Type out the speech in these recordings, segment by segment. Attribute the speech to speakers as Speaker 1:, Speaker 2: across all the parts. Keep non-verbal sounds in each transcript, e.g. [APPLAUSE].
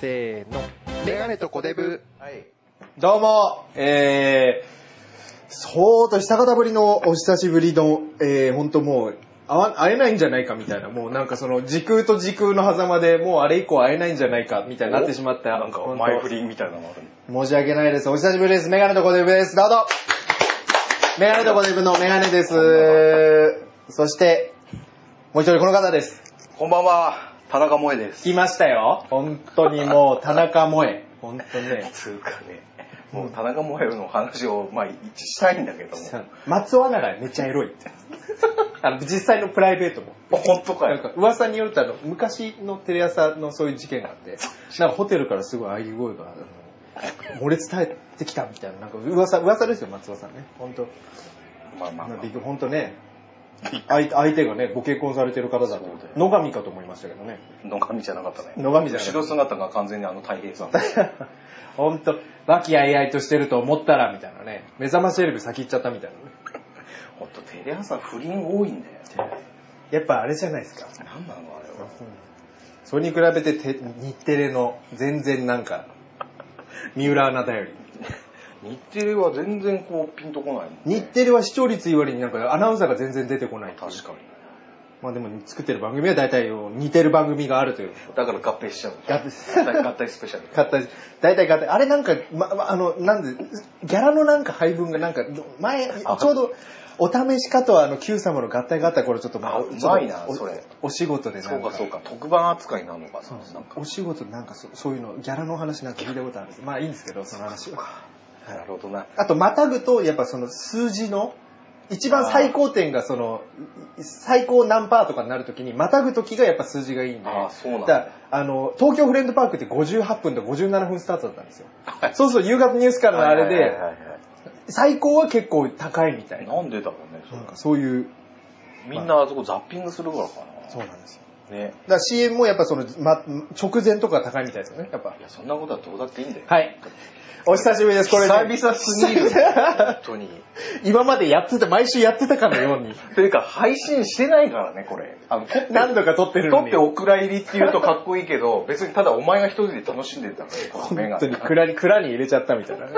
Speaker 1: せーの。
Speaker 2: メガネとコデブ。
Speaker 3: はい。どうも、えー、そうと久方ぶりのお久しぶりの、えー、ほんともう、会わ会えないんじゃないかみたいな、もうなんかその時空と時空の狭間でもうあれ以降会えないんじゃないかみたいになってしまった。
Speaker 4: なんか
Speaker 3: ほんと
Speaker 4: 前振りみたいなのある
Speaker 3: 申し訳ないです。お久しぶりです。メガネとコデブです。どうぞメガネとコデブのメガネです。そして、もう一人この方です。
Speaker 4: こんばんは、田中萌です。
Speaker 3: 来ましたよ。本当にもう、田中萌え。本当にね。
Speaker 4: つうかね、もう田中萌の話を、まあ、一したいんだけども。
Speaker 3: [LAUGHS] 松尾アナがめっちゃエロいって。 [LAUGHS] あの、実際のプライベートも。
Speaker 4: あ、本当か
Speaker 3: なん
Speaker 4: よ。
Speaker 3: か噂によるとあの、昔のテレ朝のそういう事件があって、なんかホテルからすごいああいう声が、あの、漏れ伝えてきたみたいな、なんか噂、噂ですよ、松尾さんね。本当
Speaker 4: まあまあま
Speaker 3: ま
Speaker 4: あ
Speaker 3: あ、びっくり本当ね、相手相手がね、ご結婚されてる方だと思って、野上かと思いましたけどね。 [LAUGHS]
Speaker 4: 野上じゃなかったね。
Speaker 3: 野上じゃな
Speaker 4: 後
Speaker 3: い
Speaker 4: ろ姿が完全にあの太
Speaker 3: [LAUGHS]
Speaker 4: 平さん。
Speaker 3: 本当和気あいあいとしてると思ったら、みたいなね。目覚ましテレビ先行っちゃったみたいなね。
Speaker 4: ほんと、テレ朝不倫多いんだよ。
Speaker 3: やっぱあれじゃないですか。
Speaker 4: なんなのあれは。
Speaker 3: それに比べてて日テレの全然なんか、三浦アナだより。
Speaker 4: 日テレは全然こうピンとこないもん。
Speaker 3: 日テレは視聴率いわりになんかアナウンサーが全然出てこないっていう
Speaker 4: 確かに。
Speaker 3: まあでも作ってる番組は大体似てる番組があるという。
Speaker 4: だから合併しちゃうんだ
Speaker 3: 合
Speaker 4: 合体スペシャル。
Speaker 3: 買った、大体買った。あれなんか、ま、まあの、なんで、ギャラのなんか配分がなんか、ど前、ちょうど、お試しかとあの、Q 様の合体があった頃ちょっと、ま
Speaker 4: あうまいな
Speaker 3: ちょっとお
Speaker 4: それ
Speaker 3: お仕事でなん
Speaker 4: そ
Speaker 3: か。
Speaker 4: うかそうか、特番扱いなのかさ、
Speaker 3: そ
Speaker 4: な
Speaker 3: うん
Speaker 4: か。
Speaker 3: お仕事なんかそそういうの、ギャラの話なんか聞いたことあるんです。まあいいんですけど、その話は。
Speaker 4: なるほどな。
Speaker 3: あと、またぐと、やっぱその数字の、一番最高点がその、最高何パーとかになるときに、またぐときがやっぱ数字がいいんで。
Speaker 4: あーそうなんだ
Speaker 3: からあの、東京フレンドパークって58分と57分スタートだったんですよ。そうすると夕方ニュースからのあれ
Speaker 4: はい
Speaker 3: で
Speaker 4: はい、はいはい
Speaker 3: 最高は結構高いみたいな。
Speaker 4: なんでだろうね、そ
Speaker 3: な
Speaker 4: れ
Speaker 3: んかそういう、
Speaker 4: みんなあそこザッピングするからか
Speaker 3: そうなんですよ。
Speaker 4: な。ね。
Speaker 3: だから CM もやっぱその、ま、直前とか高いみたいですよね、やっぱ
Speaker 4: い。や、そんなことはどうだっていいんだよ。
Speaker 3: はい。お久しぶりです、これ、ね。
Speaker 4: 久々すぎる。本当に。
Speaker 3: [LAUGHS] 今までやってた、毎週やってたかのように。
Speaker 4: というか、配信して [LAUGHS] ないからね、これ。あの、撮って、
Speaker 3: 何度か撮ってるの
Speaker 4: 撮っ
Speaker 3: に。
Speaker 4: てお蔵入りって言うとかっこいいけ [LAUGHS] ど、別にただお前が一人で楽しんでたからね、この目
Speaker 3: 本
Speaker 4: が
Speaker 3: 当。に蔵に、蔵に入れちゃったみたいなね。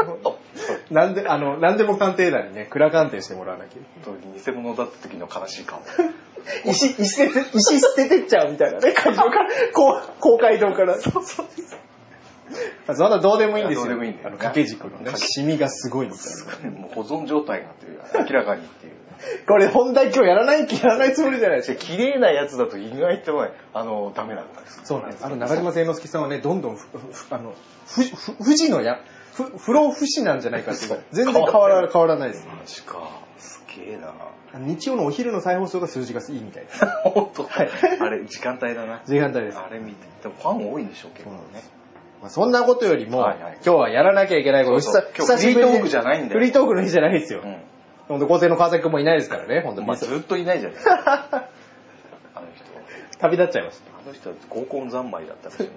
Speaker 3: なんで、あの、なんでも鑑定団にね、蔵鑑定してもらわなきゃ。
Speaker 4: 本当に偽物だった時の悲しい [LAUGHS] 顔。
Speaker 3: 石、石捨て、石捨ててっちゃうみたいなね、感じから、こう、公会堂から。そうそう。そんなどうでもいいんですよ。
Speaker 4: どうでもいいんだよ
Speaker 3: あの、掛け軸のね、シミがすごいみたいな。
Speaker 4: もう保存状態がっていう、明らかにっていう。
Speaker 3: これ本題今日やらない、やらないつもりじゃないですか。
Speaker 4: 綺麗なやつだと意外とね、あの、ダメなんです。
Speaker 3: そうなんです。あの、長島聖之助さんはね、どんどんふ、ふあの、ふ、ふ、富士のや、ふ、不老不死なんじゃないかっていう
Speaker 4: そう。
Speaker 3: 全然変わら、変わらないです。
Speaker 4: マジか。すげえな。
Speaker 3: あの日曜のお昼の再放送が数字がいいみたいです。
Speaker 4: [LAUGHS] 本当あれ、時間帯だな。
Speaker 3: 時間帯です。
Speaker 4: あれ見て、でもファン多いんでしょう、結
Speaker 3: そ
Speaker 4: 構
Speaker 3: うなんで
Speaker 4: ね
Speaker 3: す。まあ、そんなことよりも、
Speaker 4: はいはい
Speaker 3: 今日はやらなきゃいけないこと、
Speaker 4: そうそう
Speaker 3: 久
Speaker 4: 今日
Speaker 3: 久しぶりに
Speaker 4: フリートークじゃないんだよ
Speaker 3: フリートークの日じゃないですよ。
Speaker 4: うん。
Speaker 3: ほんと、高生の川崎君もいないですからね、ほんと
Speaker 4: お
Speaker 3: に。
Speaker 4: 前ずっといないじゃない [LAUGHS] あの人。
Speaker 3: 旅立っちゃいまし
Speaker 4: あの人は合コン三昧だったらしい。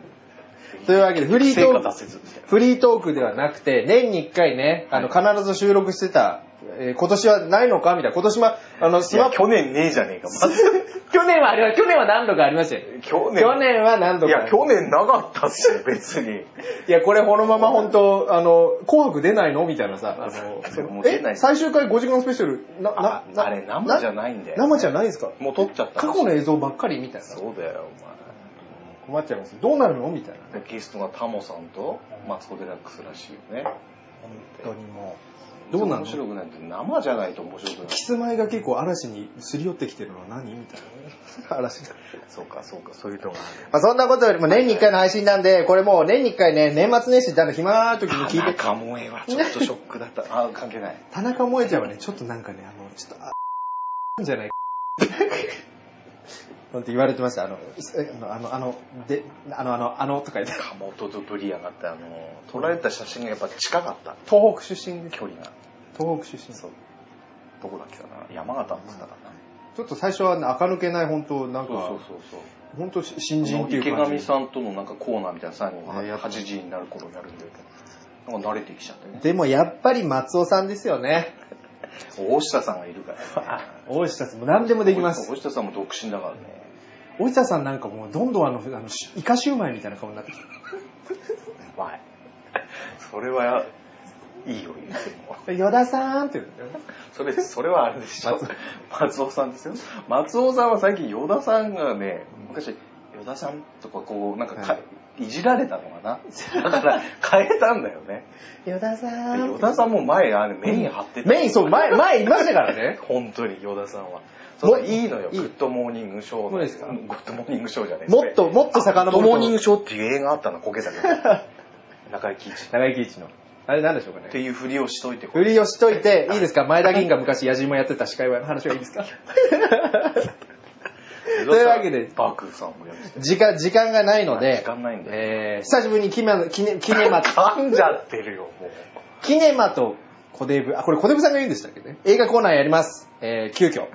Speaker 3: た。というわけで、フリート
Speaker 4: 成
Speaker 3: ー
Speaker 4: 果
Speaker 3: ク
Speaker 4: 出、せずみたい
Speaker 3: フリートークではなくて、年に一回ね、あの、必ず収録してた、えー今年はないのかみたいな。今年は、あの、ス
Speaker 4: な。
Speaker 3: マ
Speaker 4: いや、去年ねえじゃねえか、まず。
Speaker 3: 去年はあれは、去年は何度かありましたよ。
Speaker 4: 去年。
Speaker 3: 去年は何度
Speaker 4: い
Speaker 3: か。
Speaker 4: や、去年なかったっすよ、別に。
Speaker 3: いや、これこのまま本当あの、紅白出ないのみたいなさ、あ
Speaker 4: それも
Speaker 3: の
Speaker 4: う、出ない
Speaker 3: え、最終回5時間スペシャル、な、
Speaker 4: あ
Speaker 3: な、な
Speaker 4: あれ生じゃないんだよ
Speaker 3: 生じゃないですか。
Speaker 4: もう撮っちゃった。
Speaker 3: 過去の映像ばっかりみたいな。
Speaker 4: そうだよ、
Speaker 3: 困っちゃいます。どうなるのみたいな。
Speaker 4: お前。でゲストがタモさんとマツコ・デラックスらしいよね。
Speaker 3: 本当にもう。どうなる
Speaker 4: 面白
Speaker 3: の
Speaker 4: くないって生じゃないと面白くない
Speaker 3: キ。スマイが結構嵐にすり寄ってきてるのは何みたいな。嵐が。
Speaker 4: そうか、そうか、そういうとこ
Speaker 3: まあそんなことよりも年に1回の配信なんで、これもう年に1回ね、年末年始ってあの暇な時に聞いて、
Speaker 4: 中萌えはちょっとショックだった。あ、関係ない。
Speaker 3: 田中萌ちゃんはね、ちょっとなんかね、あの、ちょっと、あ、じゃない。 [LAUGHS] なんて言われてました。あの、えあの、あの、あの、で、あの、あの、あの、とか言って。
Speaker 4: カモとぶりやがって、あの、撮られた写真がやっぱ近かった。
Speaker 3: 東北出身で
Speaker 4: 距離が。
Speaker 3: 東北出身。
Speaker 4: そう。どこだっけかな山形って言ってたかな。
Speaker 3: ちょっと最初はね、垢抜けない、本当なんか、
Speaker 4: そうそうそうそう。
Speaker 3: 本当新人ってい
Speaker 4: 池
Speaker 3: う感
Speaker 4: 上
Speaker 3: じ。
Speaker 4: さんとのなんかコーナーみたいな最後
Speaker 3: あやっぱ
Speaker 4: 8時になる頃になるんだけど、なんか慣れてきちゃってね。
Speaker 3: でもやっぱり松尾さんですよね。
Speaker 4: 大下さんがいるからね。 [LAUGHS]
Speaker 3: 大下さんも何でもできます。
Speaker 4: 大下さんも独身だからね。
Speaker 3: お久さんなんかもうどんどんあの、あの、しイカシューマイみたいな顔になってきて
Speaker 4: うまい。 [LAUGHS] それは、いいよ、言っても。 [LAUGHS]
Speaker 3: 与田さんって言うんだよね。
Speaker 4: それ、それはあれでしょ。松尾さんですよ。松尾さんは最近、与田さんがね、昔、与田さんとかこう、なんかか、、
Speaker 3: はい
Speaker 4: じられたのかな。だから、変えたんだよね。
Speaker 3: 与田さん。
Speaker 4: 与田さんも前、あれ、メイン張ってた。
Speaker 3: メイン、そう、前、前いましたからね。
Speaker 4: 本当に、与田さんは。それいいのよ。
Speaker 3: い
Speaker 4: グ
Speaker 3: い
Speaker 4: ッドモーニングショーの。
Speaker 3: どうですか
Speaker 4: グッドモーニングショーじゃない
Speaker 3: もっと、もっと
Speaker 4: グッ
Speaker 3: 遡
Speaker 4: ド
Speaker 3: ると。
Speaker 4: モーニングショーっていう映画あったの、こけたけど。中井貴一。っ
Speaker 3: 長井貴一の。あれなんでしょうかね。
Speaker 4: ていうふりをしといて、
Speaker 3: 売りをしといて、いいですか前田銀が昔矢島やってた司会の話はいいですかというわけで
Speaker 4: バクさんもやって
Speaker 3: [LAUGHS]
Speaker 4: て。
Speaker 3: 時間、時間がないので、
Speaker 4: 時間ないん
Speaker 3: えー、久しぶりにキマキネキネマ、
Speaker 4: 噛んじゃってるよ、もう。
Speaker 3: キネマとコデブ、あ、これコデブさんが言うんでしたっけね。映画コーナーやります。えー、急遽。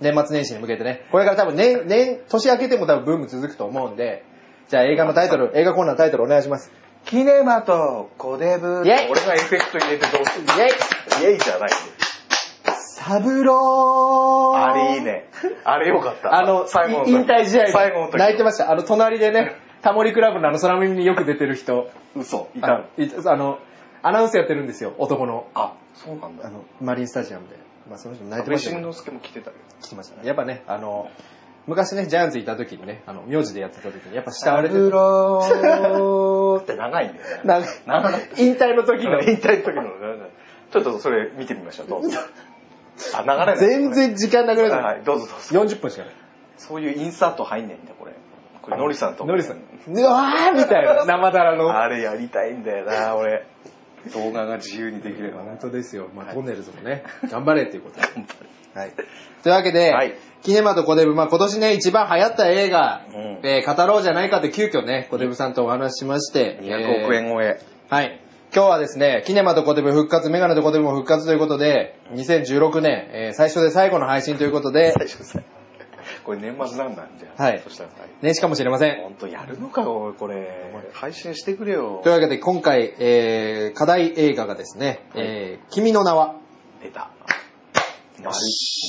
Speaker 3: 年末年始に向けてね。これから多分年、年、年明けても多分ブーム続くと思うんで、じゃあ映画のタイトル、映画コーナーのタイトルお願いします。
Speaker 4: キネマとコデブ
Speaker 3: イェイ
Speaker 4: 俺がエフェクト入れてどうする
Speaker 3: イェイ
Speaker 4: イェイじゃない。
Speaker 3: サブロー
Speaker 4: あれいい。ね。あれよかった。
Speaker 3: あの、
Speaker 4: 最後の
Speaker 3: い引退試合で
Speaker 4: 最後の時。
Speaker 3: 泣いてました。あの、隣でね、タモリクラブのあの空耳によく出てる人、
Speaker 4: 嘘、い
Speaker 3: あ
Speaker 4: たの
Speaker 3: の。いたあの、アナウンスやってるんですよ、男の。
Speaker 4: あ、そうなんだ
Speaker 3: あ。の、マリンスタジアムで。まあ、その人泣いてま
Speaker 4: 安
Speaker 3: した
Speaker 4: 倍
Speaker 3: け
Speaker 4: 晋
Speaker 3: ど
Speaker 4: 之助も来てたけど。
Speaker 3: 来てましたね。やっぱね、あの、昔ね、ジャイアンツいた時にね、あの、名字でやってた時に、やっぱ慕われて
Speaker 4: サブ
Speaker 3: る。
Speaker 4: ローって長いんだよね。
Speaker 3: なんか
Speaker 4: 長い。
Speaker 3: 引退の時
Speaker 4: 引
Speaker 3: の。
Speaker 4: 退の時の、ちょっとそれ見てみましょう、どうぞ。あ、流れない。
Speaker 3: 全然時間なくな
Speaker 4: はい
Speaker 3: かっ
Speaker 4: はい、どうぞどう
Speaker 3: た。
Speaker 4: ぞ。
Speaker 3: 40分しかない。
Speaker 4: そういうインサート入んないんだ、これ。これ、ノリさんと。
Speaker 3: ノリさん。。うわーみたいな、生だらの。
Speaker 4: あれやりたいんだよな、俺。動画が自由にできればな
Speaker 3: 本。当ですよ。まあ、トンネルズもね、頑張れっていうことで
Speaker 4: 張
Speaker 3: はい。というわけで、
Speaker 4: はい
Speaker 3: キネマとコデブ、まあ今年ね、一番流行った映画、
Speaker 4: うん
Speaker 3: えー語ろうじゃないかって急遽ね、コデブさんとお話ししまして、
Speaker 4: 200億
Speaker 3: え
Speaker 4: 円超え。
Speaker 3: ーはい。今日はですね、キネマとコデブ復活、メガネとコデブも復活ということで、2016年、えー最初で最後の配信ということで、
Speaker 4: 最初さ。これ年末なんだ、じゃあ。
Speaker 3: はい
Speaker 4: そしたらさ、
Speaker 3: 年始かもしれません。
Speaker 4: 本当やるのか、おいこれ。配信してくれよ
Speaker 3: とい。うわけで今回、えー課題映画がですね、えー君の名は、
Speaker 4: 出た。丸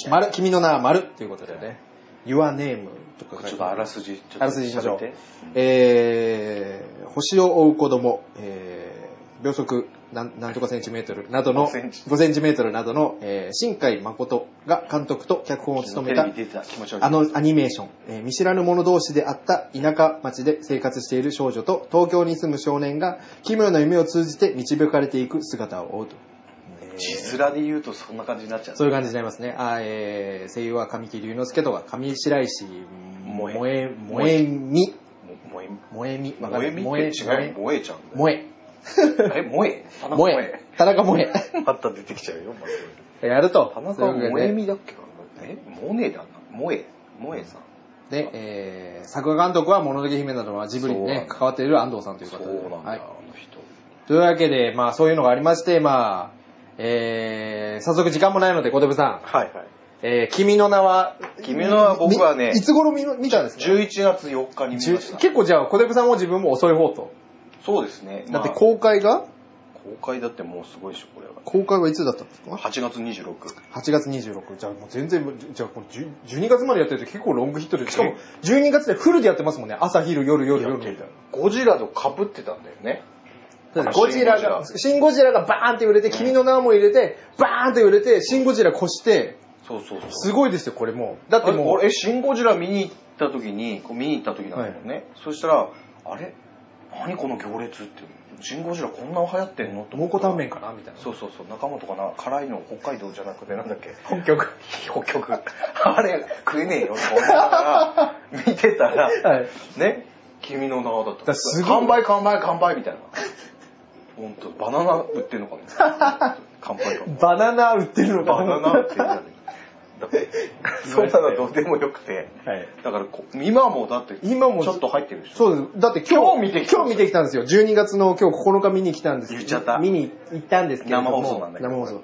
Speaker 3: 丸、君の名は丸ということでね、Your Name とか書いて
Speaker 4: ちょっとあらすじ、ちょっと
Speaker 3: あらすじにしましょう
Speaker 4: 喋って。
Speaker 3: えー、星を追う子供、えー、秒速なんなんとかセンチメートルなどの、
Speaker 4: 5センチ
Speaker 3: 5センチメートルなどの、えー、新海誠が監督と脚本を務めた
Speaker 4: テレ、ビ出てた気持ち悪い。
Speaker 3: あ、のアニメーション、えー見知らぬ者同士であった田舎町で生活している少女と東京に住む少年が奇妙な夢を通じて導かれていく姿を追うと。えー
Speaker 4: 字面で言うとそんな感じになっちゃう。
Speaker 3: そういう感じになりますね。あーえー、声優は神木隆之介とか上白石萌
Speaker 4: 萌え
Speaker 3: え、萌えみ、
Speaker 4: も萌え、
Speaker 3: 萌えみ、わか
Speaker 4: 萌え
Speaker 3: る
Speaker 4: みっ
Speaker 3: 萌え、
Speaker 4: て違うよ。
Speaker 3: 萌
Speaker 4: 萌えちゃうんだ
Speaker 3: え、
Speaker 4: よ
Speaker 3: 萌え。
Speaker 4: え、萌 [LAUGHS] え田中
Speaker 3: 萌え。田中萌
Speaker 4: [LAUGHS]
Speaker 3: え。
Speaker 4: また出てきちゃうよ、ま
Speaker 3: やると。
Speaker 4: た。田中は
Speaker 3: というわ
Speaker 4: 萌
Speaker 3: け
Speaker 4: え
Speaker 3: で
Speaker 4: みだっけかなえ、モネだな。萌え。萌えさん。
Speaker 3: で、えー、作画監督は、もののけ姫などはジブリに
Speaker 4: そうな
Speaker 3: ね
Speaker 4: ん、だ
Speaker 3: 関わっている安藤さんという
Speaker 4: そう
Speaker 3: 方
Speaker 4: な
Speaker 3: で。
Speaker 4: んだ、
Speaker 3: は
Speaker 4: あ
Speaker 3: い。
Speaker 4: の人。
Speaker 3: というわけで、まあ、そういうのがありまして、まあ、えー、早速時間もないので、小手部さん、
Speaker 4: はいはい。
Speaker 3: えー、君の名は、
Speaker 4: 君の名は僕はね
Speaker 3: みいつ頃見見たんですか
Speaker 4: 11月4日に見ま
Speaker 3: じゅ
Speaker 4: した。
Speaker 3: 結構じゃあ、小手部さんも自分も遅い方と。
Speaker 4: そうですね。
Speaker 3: だって
Speaker 4: まあ
Speaker 3: 公開が、
Speaker 4: 公開だってもうすごいでしょ、これは。
Speaker 3: 公開はいつだったんですか
Speaker 4: 8月26
Speaker 3: 8月26じゃあもう全然じゃあこの10 12月までやってると結構ロングヒットでしかも12月でフルでやってますもんね朝昼夜夜夜みたいな
Speaker 4: ゴジラと被ってたんだよね。
Speaker 3: そうですゴジラが、シンゴジラがバーンって売れて、君の名も入れて、バーンって売れて、シンゴジラ越して、
Speaker 4: そうそうそう。
Speaker 3: すごいですよ、これもう。だっても
Speaker 4: あれ俺、シンゴジラ見に行った時に、こう見に行った時なんだよね。そしたら、あれ何この行列って。シンゴジラこんな流行ってんの
Speaker 3: う、蒙古タンメンかなみたいな。
Speaker 4: そうそうそう、中本かな辛いの北海道じゃなくてなんだっけ
Speaker 3: 本曲。
Speaker 4: 北極。 [LAUGHS] あれ、食えねえよって思いながら、見てたら、
Speaker 3: はい。
Speaker 4: ね、君の名はだっ
Speaker 3: だ
Speaker 4: た。
Speaker 3: すごい
Speaker 4: 乾杯乾杯乾杯みたいな。ほんと、バナナ売ってんのかな
Speaker 3: [LAUGHS]
Speaker 4: 乾杯乾杯。
Speaker 3: バナナ売ってるの
Speaker 4: バ
Speaker 3: か
Speaker 4: ナナ売ってんじゃねえだってそんなのどうでもよくて。
Speaker 3: はい。
Speaker 4: だからこ、今もだって、
Speaker 3: 今も
Speaker 4: ちょっと入ってるでしょ。
Speaker 3: そうです。だって今日、
Speaker 4: 今日見てきた
Speaker 3: 今日見てきたんですよ。12月の今日9日見に来たんです
Speaker 4: 言っちゃった
Speaker 3: 見に行ったんですけれども。
Speaker 4: 生放送なんだけど
Speaker 3: 生放
Speaker 4: [LAUGHS]
Speaker 3: 送。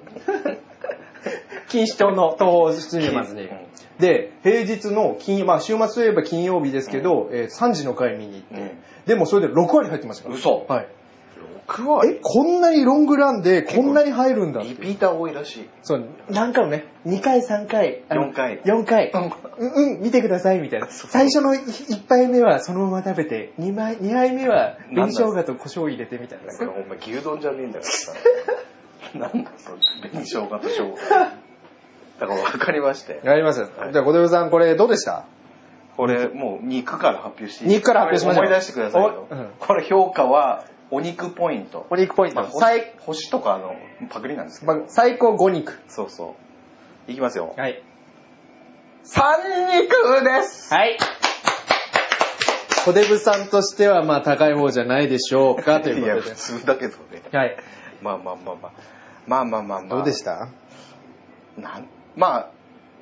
Speaker 3: 錦糸町の東宝シネマズに
Speaker 4: うん。
Speaker 3: で、平日の金、まあ週末といえば金曜日ですけど、えー3時の回見に行って、
Speaker 4: うん
Speaker 3: でもそれで6割入ってましたから。
Speaker 4: 嘘
Speaker 3: はい。
Speaker 4: クワ
Speaker 3: え、こんなにロングランで、こんなに入るんだってい
Speaker 4: リ
Speaker 3: う
Speaker 4: ピーター多いらしい。
Speaker 3: そう、何回もね、2回、3回、あの
Speaker 4: 4回
Speaker 3: 4回
Speaker 4: う
Speaker 3: う
Speaker 4: ん、
Speaker 3: ん、うん、見てください、みたいな。
Speaker 4: そう
Speaker 3: 最初の1杯目はそのまま食べて、2杯 ,2 杯目は紅生姜と胡椒を入れてみたいな。
Speaker 4: だからお前牛丼じゃねえんだからさ。なんだそれ、紅生姜と生姜。だから分かりまして。
Speaker 3: わかりました。じゃあ、小出さん、これどうでした
Speaker 4: これもう肉から発表していい
Speaker 3: 肉から発表しましょう
Speaker 4: 思い出してくださいよ。
Speaker 3: おうん
Speaker 4: これ評価はお肉ポイント。
Speaker 3: お肉ポイン
Speaker 4: まあ、
Speaker 3: ト。
Speaker 4: 星
Speaker 3: 最
Speaker 4: 星とかのパクリなんですけど。
Speaker 3: まあ最高5肉。
Speaker 4: そうそう。いきますよ。
Speaker 3: はい。
Speaker 4: 三肉です
Speaker 3: はい。小出部さんとしては、まあ、高い方じゃないでしょうか、と [LAUGHS] いう
Speaker 4: や、
Speaker 3: こと
Speaker 4: 普通だけどね。
Speaker 3: で。はい。
Speaker 4: まあまあまあまあ。まあまあまあまあ。
Speaker 3: どうでした
Speaker 4: なんまあ、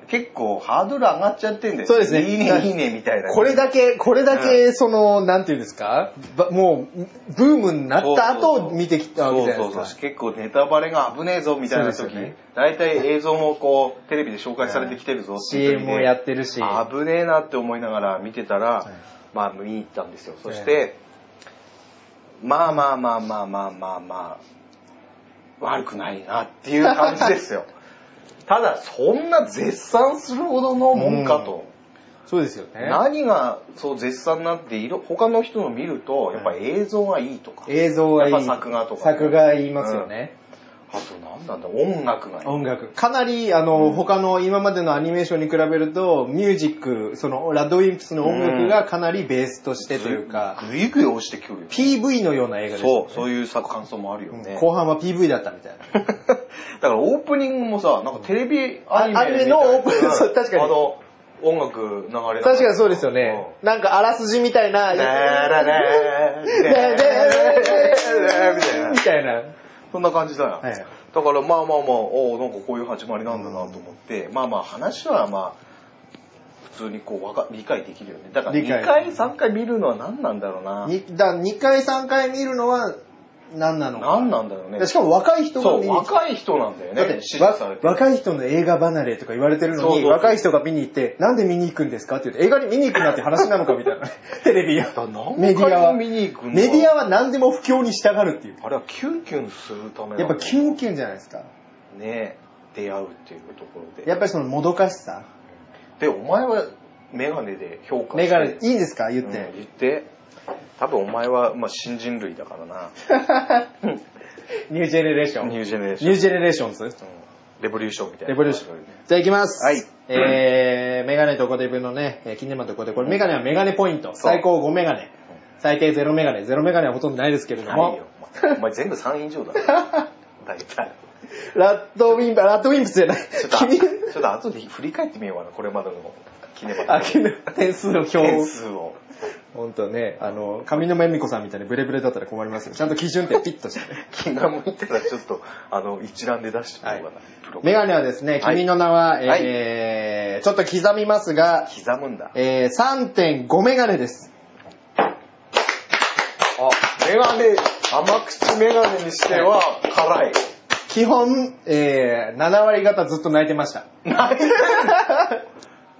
Speaker 4: 結構ハードル上がっちゃってんだよね
Speaker 3: そうですね
Speaker 4: いいね、いいね、みたいな。
Speaker 3: これだけ、これだけ、その、なんていうんですか、ばもう、ブームになった後、見てきたわけじゃない
Speaker 4: そう
Speaker 3: です
Speaker 4: そう
Speaker 3: か
Speaker 4: そう。。結構ネタバレが危ねえぞみたいな
Speaker 3: そうです
Speaker 4: 時
Speaker 3: よね、
Speaker 4: 大体映像もこう、テレビで紹介されてきてるぞっていう時
Speaker 3: CM
Speaker 4: で
Speaker 3: もやってるし。
Speaker 4: あ危ねえなって思いながら見てたら、
Speaker 3: い
Speaker 4: まあ見に行ったんですよ。そして、まあまあまあまあまあまあまあ、悪くないなっていう感じです [LAUGHS] よ。ただ、そんな絶賛するほどのもんかと。
Speaker 3: そうですよね。
Speaker 4: 何がそう絶賛になっている他の人の見るとやっぱ映像がいいとか、
Speaker 3: 映像はいい。
Speaker 4: やっぱ作画とか
Speaker 3: 作画言いますよね。
Speaker 4: あと何なんだ音楽がいい
Speaker 3: 音楽。かなり、あの、他の今までのアニメーションに比べると、ミュージック、その、ラッドウィンプスの音楽がかなりベースとしてというか、
Speaker 4: ぐいぐい押してくるよ
Speaker 3: PV のような映画ですよ
Speaker 4: そ
Speaker 3: ね
Speaker 4: うそういう作感想もあるよね、
Speaker 3: 後半は PV だったみたいな。
Speaker 4: だからオープニングもさなんかテレビアニメ
Speaker 3: あアニメのオープニング
Speaker 4: うん
Speaker 3: そう確かに
Speaker 4: あの音楽流れながら
Speaker 3: 確かにそうですよね。なんかあらすじみたいな。
Speaker 4: うんララララ
Speaker 3: ででで
Speaker 4: ララみたいな
Speaker 3: みたいな。
Speaker 4: そんな感じだよ、
Speaker 3: はい
Speaker 4: だからまあまあまあおおなんかこういう始まりなんだなと思って、まあまあ話はまあ普通にこうわか理解できるよねだから
Speaker 3: 理解
Speaker 4: 2回3回見るのは何なんだろうな
Speaker 3: にだ2回3回見るのは何なのか
Speaker 4: 何なんだろうね
Speaker 3: しかも若い人が
Speaker 4: そ
Speaker 3: 見に
Speaker 4: う
Speaker 3: 行く
Speaker 4: 若い人なんだよね
Speaker 3: だって
Speaker 4: 支持
Speaker 3: わ
Speaker 4: されてる
Speaker 3: 若い人の映画離れとか言われてる
Speaker 4: そう
Speaker 3: の
Speaker 4: そう
Speaker 3: に
Speaker 4: そう
Speaker 3: 若い人が見に行ってなんで見に行くんですかって言うと映画に見に行くなって話なのかみたいな [LAUGHS] テレビや
Speaker 4: だ何
Speaker 3: メディアは
Speaker 4: 回も見に行くの
Speaker 3: メディアは何でも不況に従うっていう
Speaker 4: あれはキュンキュンするためなの
Speaker 3: やっぱキュンキュンじゃないですか
Speaker 4: ね出会うっていうところで
Speaker 3: やっぱりそのもどかしさ
Speaker 4: でお前はメガネで評価して
Speaker 3: メガネいいんですか言っ
Speaker 4: うん
Speaker 3: て、
Speaker 4: 言って多分お前は、まあ、新人類だか
Speaker 3: [LAUGHS]
Speaker 4: らな
Speaker 3: ニュージェネレーション
Speaker 4: ニュージェネレーション
Speaker 3: ニュージェネレーションズ
Speaker 4: レボリューションみたいな。
Speaker 3: レボリューション。じゃあ行きます。
Speaker 4: はい
Speaker 3: えー、メガネとコデブのね、えーキンネマンとコデブ、これメガネはメガネポイント。最高5メガネ。最低0メガネ。0メガネはほとんどないですけれど
Speaker 4: ない
Speaker 3: も
Speaker 4: よ。。お前お前全部3以上
Speaker 3: [LAUGHS]
Speaker 4: だ。大体。
Speaker 3: ラッドウィンプ、ラッドウィンプスじゃない
Speaker 4: ちょっと、。
Speaker 3: 君、
Speaker 4: ちょっと後で振り返ってみようかな、これまでの記念ま
Speaker 3: あ、
Speaker 4: で。
Speaker 3: 君の点数の表。
Speaker 4: 点数を。
Speaker 3: ほんとね、あの、上沼恵美子さんみたいにブレブレだったら困りますよ。ちゃんと基準点ピッとして。
Speaker 4: 気が向いたらちょっと、あの、一覧で出してみようかな。プログ
Speaker 3: [LAUGHS] メ
Speaker 4: ラム
Speaker 3: ガネはですね、
Speaker 4: はい
Speaker 3: 君の名は、
Speaker 4: はい
Speaker 3: えー、ちょっと刻みますが、
Speaker 4: 刻むんだ。
Speaker 3: えー、3.5メガネです。
Speaker 4: あ、メガネ、甘口メガネにしては辛い。
Speaker 3: 基本、えー、7割方ずっと泣いてま [LAUGHS] した。
Speaker 4: 泣いてる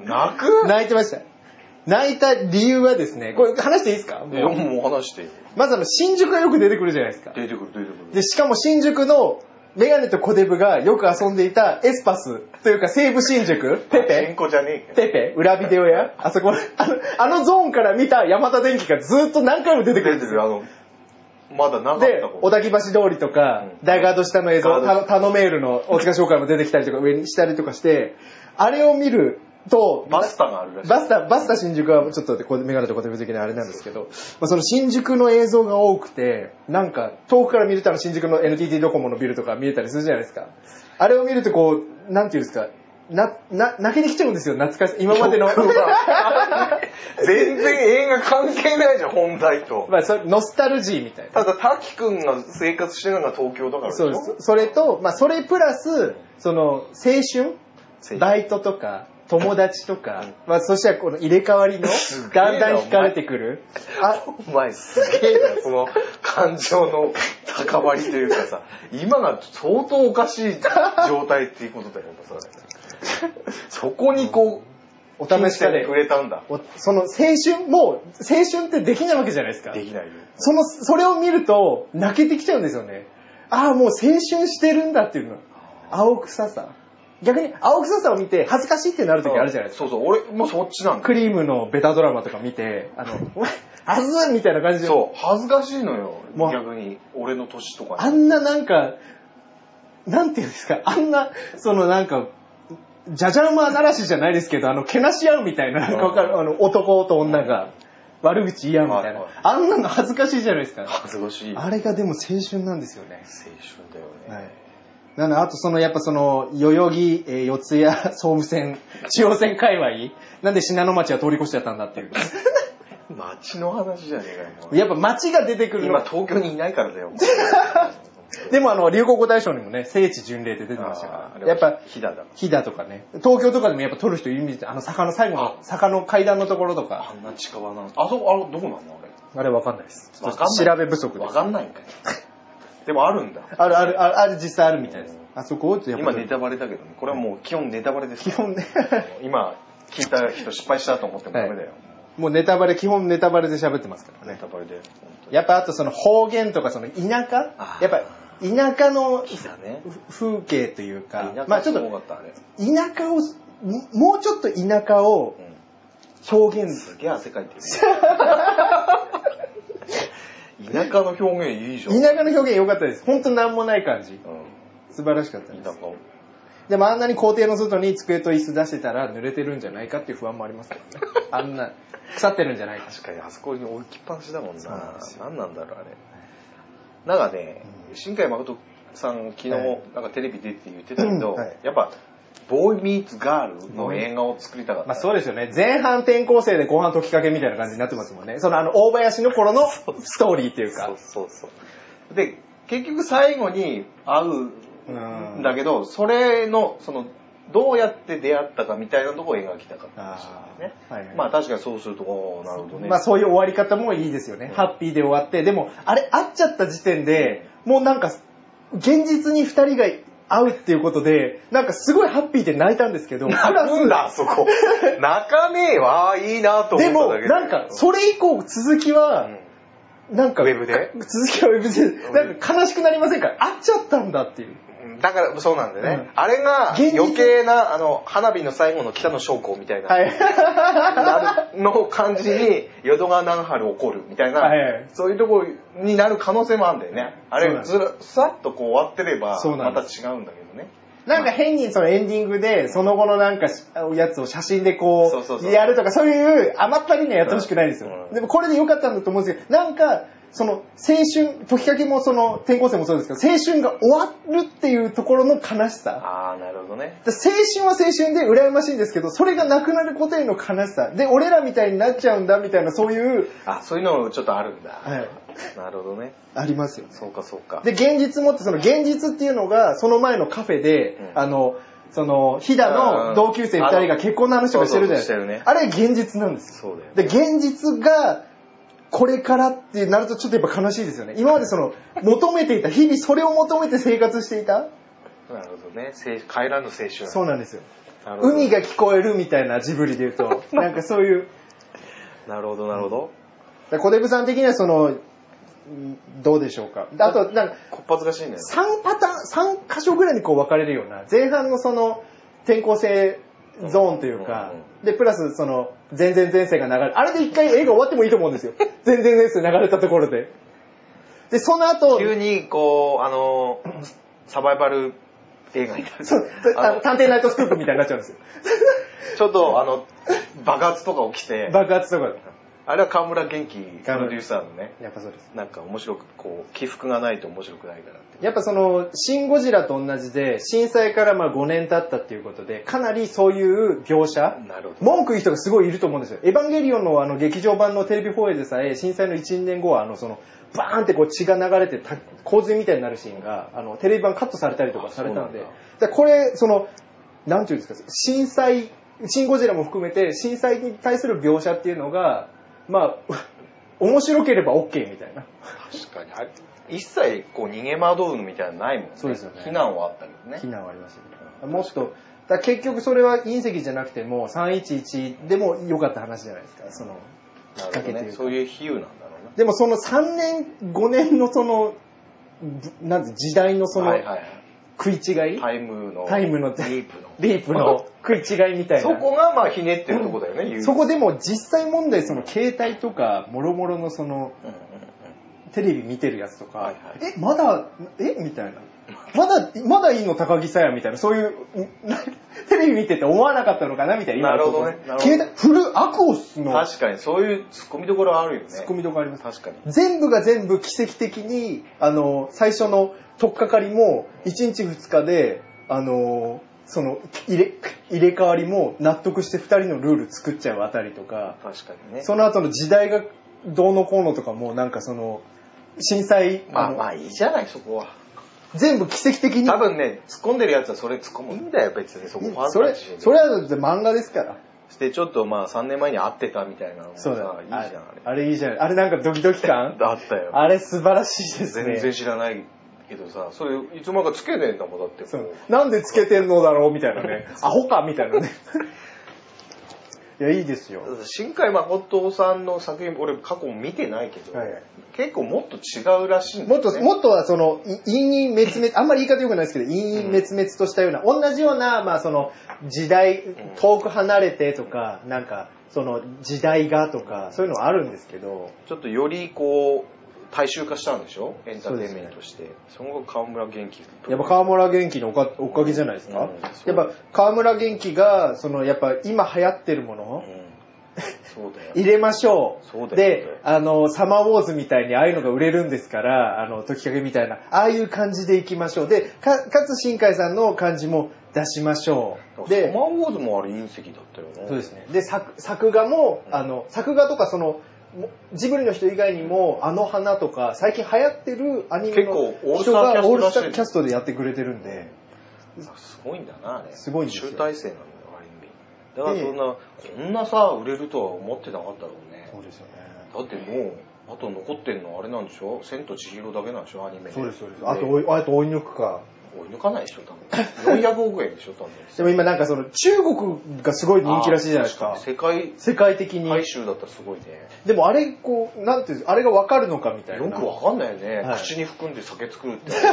Speaker 4: 泣く
Speaker 3: 泣いてました。泣いた理由はですね、これ話していいですか
Speaker 4: いやもう話してよ。
Speaker 3: まずあの、新宿がよく出てくるじゃないですか。
Speaker 4: 出てくる、出てくる。
Speaker 3: で、しかも新宿のメガネとコデブがよく遊んでいたエスパスというか西武新宿、ペ
Speaker 4: チン
Speaker 3: ペ、
Speaker 4: コじゃねえけど。
Speaker 3: ペペ、裏ビデオ屋、あそこ、あのあのゾーンから見た山田電機がずっと何回も出てくる
Speaker 4: 出
Speaker 3: んです
Speaker 4: てく
Speaker 3: よ。
Speaker 4: る、あの、まだなかっ
Speaker 3: で
Speaker 4: たこ、
Speaker 3: 小
Speaker 4: と。
Speaker 3: 滝橋通りとか、
Speaker 4: うん
Speaker 3: 大ガード下の映
Speaker 4: ガ
Speaker 3: 像、
Speaker 4: ード
Speaker 3: タノタノメールの大塚紹介も出てきたりとか上にしたりとかして、あれを見ると、
Speaker 4: バスタがあるらしい。
Speaker 3: バスタ、バスタ新宿はちょっとこうメガネとコテブ的なあれなんですけど、まあ、その新宿の映像が多くて、なんか遠くから見るとあの新宿の NTT ドコモのビルとか見えたりするじゃないですか。あれを見るとこう、なんていうんですか、な、な、泣けてきちゃうんですよ、懐かしい。今まで
Speaker 4: [LAUGHS]
Speaker 3: の。
Speaker 4: 全然映画関係ないじゃん、本題と。
Speaker 3: [LAUGHS] まあ、それノスタルジーみたいな。
Speaker 4: ただ、滝くんが生活してるのが東京だからでし
Speaker 3: そう
Speaker 4: ょ
Speaker 3: です。それと、まあ、それプラス、その、青春
Speaker 4: 青春
Speaker 3: バイトとか、友達とか、まあ、そしてはこの入れ替わりの、だんだん惹かれてくる。あ、
Speaker 4: お前すげえな、その感情の高まりというかさ、今が相当おかしい状態っていうことだよ、やっぱそれ。そこにこう、
Speaker 3: お試し
Speaker 4: 金
Speaker 3: 家
Speaker 4: 銭
Speaker 3: で
Speaker 4: くれたんだ。
Speaker 3: おその青春、もう青春ってできないわけじゃないですか。
Speaker 4: できないよ。
Speaker 3: その、それを見ると泣けてきちゃうんですよね。ああ、もう青春してるんだっていうの。青臭さ。逆に青臭さを見て恥ずかしいってなる時あるじゃないですか。
Speaker 4: そうそう、俺もうそっちなんだ。
Speaker 3: クリームのベタドラマとか見て、あの、お前、はずみたいな感じで、
Speaker 4: そう、恥ずかしいのよ。
Speaker 3: もう
Speaker 4: 逆に、俺の年とか
Speaker 3: あ
Speaker 4: に。
Speaker 3: んななんか、なんていうんですか、あんな、そのなんか、じゃじゃ馬ならしじゃないですけど、あの、けなし合うみたいな、なんかわかる、あの、男と女が悪口言い合うみたいな
Speaker 4: はいはい。
Speaker 3: あんなの恥ずかしいじゃないですか。
Speaker 4: 恥ずかしい。青
Speaker 3: あれがでも青春なんですよね。
Speaker 4: 春だよね。
Speaker 3: はい。なので、あとその、やっぱその、代々木、えー四谷、 [LAUGHS] 総武線、中央線界隈、なんで信濃町は通り越しちゃったんだ [LAUGHS] っていう。
Speaker 4: 街の話じゃねえかよお前。
Speaker 3: やっぱ街が出てくるの
Speaker 4: 今
Speaker 3: が
Speaker 4: 東京にいないからだよ。
Speaker 3: でもあの、流行語大賞にもね、聖地巡礼って
Speaker 4: [LAUGHS]
Speaker 3: 出てました
Speaker 4: あ
Speaker 3: か
Speaker 4: ー
Speaker 3: ら、やっぱ、
Speaker 4: 飛騨だ。
Speaker 3: 飛騨とかね、東京とかでもやっぱ撮る人いるみたいあの坂の最後の、坂の階段のところとか、
Speaker 4: あんな近場なんあそこ、あれ、どこなのあれ。
Speaker 3: あれわかんないです。
Speaker 4: わかんない
Speaker 3: 調べ不足で
Speaker 4: わ
Speaker 3: す。
Speaker 4: かんないんかい。でもあるんだ。
Speaker 3: あるある、ある、ある実際あるみたいです。あそこを、やっぱ
Speaker 4: 今ネタバレだけどね。これはもう基本ネタバレです
Speaker 3: 基
Speaker 4: よ。
Speaker 3: 本ね、
Speaker 4: [LAUGHS] 今聞いた人失敗したと思ってもダメだよ。
Speaker 3: もうネタバレ、基本ネタバレで喋ってますからね。
Speaker 4: ネタバレで。
Speaker 3: やっぱあとその方言とかその田舎
Speaker 4: あー
Speaker 3: やっぱ田舎の
Speaker 4: 飛騨ね。
Speaker 3: ふ風景というか、ま
Speaker 4: ま
Speaker 3: あ
Speaker 4: あ
Speaker 3: ち
Speaker 4: ち
Speaker 3: ょ
Speaker 4: ょ
Speaker 3: っと
Speaker 4: っと。かったあれ。
Speaker 3: 田舎を、にもうちょっと田舎を
Speaker 4: うん
Speaker 3: 表現
Speaker 4: すげえ汗かいてる。田舎の表現いいじゃん。
Speaker 3: 田舎の表現良かったです。ほんとなんもない感じ。
Speaker 4: う
Speaker 3: 素晴らしかった
Speaker 4: ん。
Speaker 3: で
Speaker 4: 田
Speaker 3: す
Speaker 4: 舎。
Speaker 3: でもあんなに校庭の外に机と椅子出してたら濡れてるんじゃないかっていう不安もありますけどね。 [LAUGHS] あんな、腐ってるんじゃないか。
Speaker 4: 確かにあそこに置きっぱなしだもん
Speaker 3: そうなん
Speaker 4: な
Speaker 3: です。よ
Speaker 4: 何なんだろうあれ。なんかね、新海誠さん昨日
Speaker 3: はい
Speaker 4: なんかテレビ出て言ってたけど、
Speaker 3: うんはい
Speaker 4: やっぱボーイミーツガールの映画を作りたかった。
Speaker 3: まあそうですよね。前半転校生で後半解きかけみたいな感じになってますもんね。そのあの、大林の頃のストーリーっていう
Speaker 4: そ
Speaker 3: か
Speaker 4: う。そうそう。で、結局最後に会う
Speaker 3: うん
Speaker 4: だけど、それの、その、どうやって出会ったかみたいなところを描きたかったんです
Speaker 3: あー
Speaker 4: よね。
Speaker 3: はいはい
Speaker 4: まあ確かにそうすると、おーなるほどね。
Speaker 3: まあそういう終わり方もいいですよね。
Speaker 4: うん
Speaker 3: ハッピーで終わって、でも、あれ、会っちゃった時点で、もうなんか、現実に二人が会うっていうことで、なんかすごいハッピーで泣いたんですけど、
Speaker 4: 泣くんだ、あそこ。泣かねえわ、あーいいなと思
Speaker 3: で
Speaker 4: った
Speaker 3: も、
Speaker 4: だけ
Speaker 3: なんか、それ以降続きは、なんか、
Speaker 4: ウェブで
Speaker 3: 続きはウェブで、なんか悲しくなりませんか会っちゃったんだっていう。
Speaker 4: うんだから、そうなんだよね。
Speaker 3: うん
Speaker 4: あれが、
Speaker 3: 現実
Speaker 4: 余計な、あの、花火の最後の北野将校みたいな、
Speaker 3: はい。
Speaker 4: なるの感じに、淀川南春起こるみたいな、
Speaker 3: はいはい
Speaker 4: そういうところになる可能性もあるんだよね。あ
Speaker 3: そうな
Speaker 4: れ、
Speaker 3: んです
Speaker 4: ずら、さっとこう終わってれば、
Speaker 3: そうな
Speaker 4: ま
Speaker 3: ん
Speaker 4: た
Speaker 3: で
Speaker 4: 違うんだけどね。
Speaker 3: [LAUGHS] なんか変にそのエンディングで、その後のなんかしやつを写真でこ
Speaker 4: そうそうそう
Speaker 3: う、やるとか、そういう甘ったりにはやってほしくないんですよ
Speaker 4: う。ん
Speaker 3: でもこれで良かったんだと思うんですけど、なんか、その青春、時かけもその転校生もそうですけど、青春が終わるっていうところの悲しさ。
Speaker 4: ああ、なるほどね。
Speaker 3: 青春は青春で羨ましいんですけど、それがなくなることへの悲しさ。で、俺らみたいになっちゃうんだみたいな、そういう、
Speaker 4: あ、そういうのちょっとあるんだ。
Speaker 3: はい
Speaker 4: なるほどね。
Speaker 3: ありますよね。
Speaker 4: そうか、そうか。
Speaker 3: で、現実もって、その現実っていうのが、その前のカフェで、
Speaker 4: うん
Speaker 3: あの、その、飛騨の同級生二人が結婚の話とかしてるじゃないです
Speaker 4: そうそうしてるね
Speaker 3: か。あれ現実なんです
Speaker 4: そうだよ
Speaker 3: よ。で、現実が、これからってなるとちょっとやっぱ悲しいですよね。今までその、求めていた、日々それを求めて生活していた
Speaker 4: なるほどね。青帰らぬ青春。
Speaker 3: そうなんですよ。
Speaker 4: なるほど
Speaker 3: 海が聞こえるみたいなジブリで言うと、なんかそういう、
Speaker 4: なるほど、なるほど。
Speaker 3: だから小出部さん的にはその、うんどうでしょうか。であと、なんか、
Speaker 4: こっぱずかしいんだよね。
Speaker 3: 3パターン、3箇所ぐらいにこう分かれるような、前半のその転校生ゾーンというか
Speaker 4: うんうん、
Speaker 3: で、プラスその、全然前世が流れあれで一回映画終わってもいいと思うんですよ。全然前世流れたところで。で、その後、
Speaker 4: 急に、こう、あの、サバイバル映画になる。
Speaker 3: そうあの探偵ナイトスクープみたいになっちゃうんですよ。
Speaker 4: ちょっと、あの、爆発とか起きて、
Speaker 3: 爆発とかで。
Speaker 4: あれは河村元気プロデューサーのね、
Speaker 3: やっぱそうです。
Speaker 4: なんか面白く、こう、起伏がないと面白くないからって。
Speaker 3: やっぱその、シン・ゴジラと同じで、震災からまあ5年経ったっていうことで、かなりそういう描写、
Speaker 4: なるほど。
Speaker 3: 文句言う人がすごいいると思うんですよ。エヴァンゲリオンのあの劇場版のテレビ放映でさえ、震災の1、2年後は、あの、その、バーンってこう血が流れてた洪水みたいになるシーンが、あの、テレビ版カットされたりとかされたんで、だ
Speaker 4: あそうなん
Speaker 3: からこれ、その、なんていうんですか、震災、シン・ゴジラも含めて、震災に対する描写っていうのが、まあ、 [LAUGHS] 面白ければ OK みたいな。
Speaker 4: 確かに。あれ一切、こう、逃げ惑うのみたいなのないもんね。
Speaker 3: そうですよね
Speaker 4: 避難はあったけどね
Speaker 3: 非。難はありましたけど。もっと、だから結局それは隕石じゃなくても311でも良かった話じゃないですか。そのきっ
Speaker 4: な
Speaker 3: か
Speaker 4: る
Speaker 3: けと
Speaker 4: ほど
Speaker 3: い
Speaker 4: ね。
Speaker 3: うか
Speaker 4: そういう比喩なんだろうね。
Speaker 3: でもその3年、5年のその、ぶなんて時代のその
Speaker 4: はいはいはい。
Speaker 3: 食い違い、
Speaker 4: タイムの。
Speaker 3: タイムの
Speaker 4: ディープの。
Speaker 3: リープの食い違いみたいな。
Speaker 4: そこがまあひねってるとこだよね、言う
Speaker 3: そこでも実際問題その携帯とか、もろもろのその、
Speaker 4: うんうん
Speaker 3: テレビ見てるやつとか、
Speaker 4: はいは
Speaker 3: え、まだ、えみたいな。まだ、まだいいの高木さやみたいな、そういう、 [LAUGHS] んなテレビ見てて思わなかったのかなみたいな。今
Speaker 4: なるほどね
Speaker 3: ここ
Speaker 4: なるほど
Speaker 3: 携帯、フルアクオス
Speaker 4: うん
Speaker 3: の
Speaker 4: 確かに、そういうツッコミどころあるよね。
Speaker 3: ツッコミとかあります。
Speaker 4: 確かに。
Speaker 3: 全部が全部奇跡的に、あの、最初の取っかかりも、1日2日で、あの、その入れ、入れ替わりも納得して2人のルール作っちゃうあたりとか、
Speaker 4: 確かにね。
Speaker 3: その後の時代がどうのこうのとかも、なんかその、震災、
Speaker 4: まあ
Speaker 3: の
Speaker 4: まあいいじゃない、そこは。
Speaker 3: 全部奇跡的に
Speaker 4: 多分ね、突っ込んでるやつはそれ突っ込む。いいんだよ、別にそこファンタジ
Speaker 3: それ
Speaker 4: ーで
Speaker 3: それはだって漫画ですから
Speaker 4: して、ちょっとまあ3年前に会ってたみたいなのもさ、
Speaker 3: そうだ
Speaker 4: いいじゃん、あれ。
Speaker 3: あれいいじゃないあれなんかドキドキ
Speaker 4: [LAUGHS]
Speaker 3: 感
Speaker 4: あったよ。
Speaker 3: あれ素晴らしいですね
Speaker 4: 全然知らないけどさ、それいつまかつけねえんだもん、だってこう
Speaker 3: そうなんでつけてんのだろうみたいなね [LAUGHS] アホかみたいなね [LAUGHS] いやいいですよ
Speaker 4: 新海誠さんの作品、俺過去見てないけど、
Speaker 3: はいはい
Speaker 4: 結構もっと違うらしいんだ
Speaker 3: もっ
Speaker 4: よ、ね。
Speaker 3: と、もっとはその、い陰陰滅滅、あんまり言い方良くないですけど、陰陰滅滅としたような、同じような、まあその、時代、遠く離れてとか、なんか、その、時代がとか、そういうのはあるんですけど、
Speaker 4: ちょっとよりこう、大衆化したんでしょエンターテインメント
Speaker 3: そ
Speaker 4: として。その後川村元気。
Speaker 3: やっぱ河村元気のおかおかげじゃないですか、
Speaker 4: うん
Speaker 3: やっぱ河村元気が、そのやっぱ今流行ってるも
Speaker 4: う
Speaker 3: の、
Speaker 4: ん。そうだよ。
Speaker 3: 入れましょう。
Speaker 4: そうだよ
Speaker 3: で、あの、サマーウォーズみたいにああいうのが売れるんですから、あの、時かけみたいな、ああいう感じでいきましょう。で、か、かつ新海さんの感じも出しましょう。
Speaker 4: で、サ
Speaker 3: で、
Speaker 4: マーウォーズもあれ隕石だったよね。
Speaker 3: そうですね。で、作、作画も、
Speaker 4: うん
Speaker 3: あの、作画とかその、もジブリの人以外にも、あの花とか、最近流行ってるアニメ
Speaker 4: 結
Speaker 3: の
Speaker 4: 構オールス
Speaker 3: 人
Speaker 4: タ
Speaker 3: が
Speaker 4: ーキャストらしい
Speaker 3: オールスターキャストでやってくれてるんで、
Speaker 4: すごいんだな、あれ。
Speaker 3: すごいんですよ
Speaker 4: 集大成なんだよ、ある意味。だからそんな、こんなさ、売れるとは思ってなかったろうね。
Speaker 3: そうですよね。
Speaker 4: だってもう、あと残ってんのあれなんでしょ千と千尋だけなんでしょアニメ。
Speaker 3: そうです、そうです。あと、
Speaker 4: 追
Speaker 3: 追いあと追い抜くか。
Speaker 4: い抜かないでしょ多分。400億円でしょ多分。
Speaker 3: でも今なんかその、中国がすごい人気らしいじゃない [LAUGHS] です
Speaker 4: あ
Speaker 3: か
Speaker 4: ー。確かに世
Speaker 3: 世界的に
Speaker 4: 界。大衆だったらすごいね。
Speaker 3: でもあれ、こう、なんていうんですか、あれがわかるのかみたいな。
Speaker 4: よくわかんないよね、
Speaker 3: はい
Speaker 4: 口に含んで酒作るって。す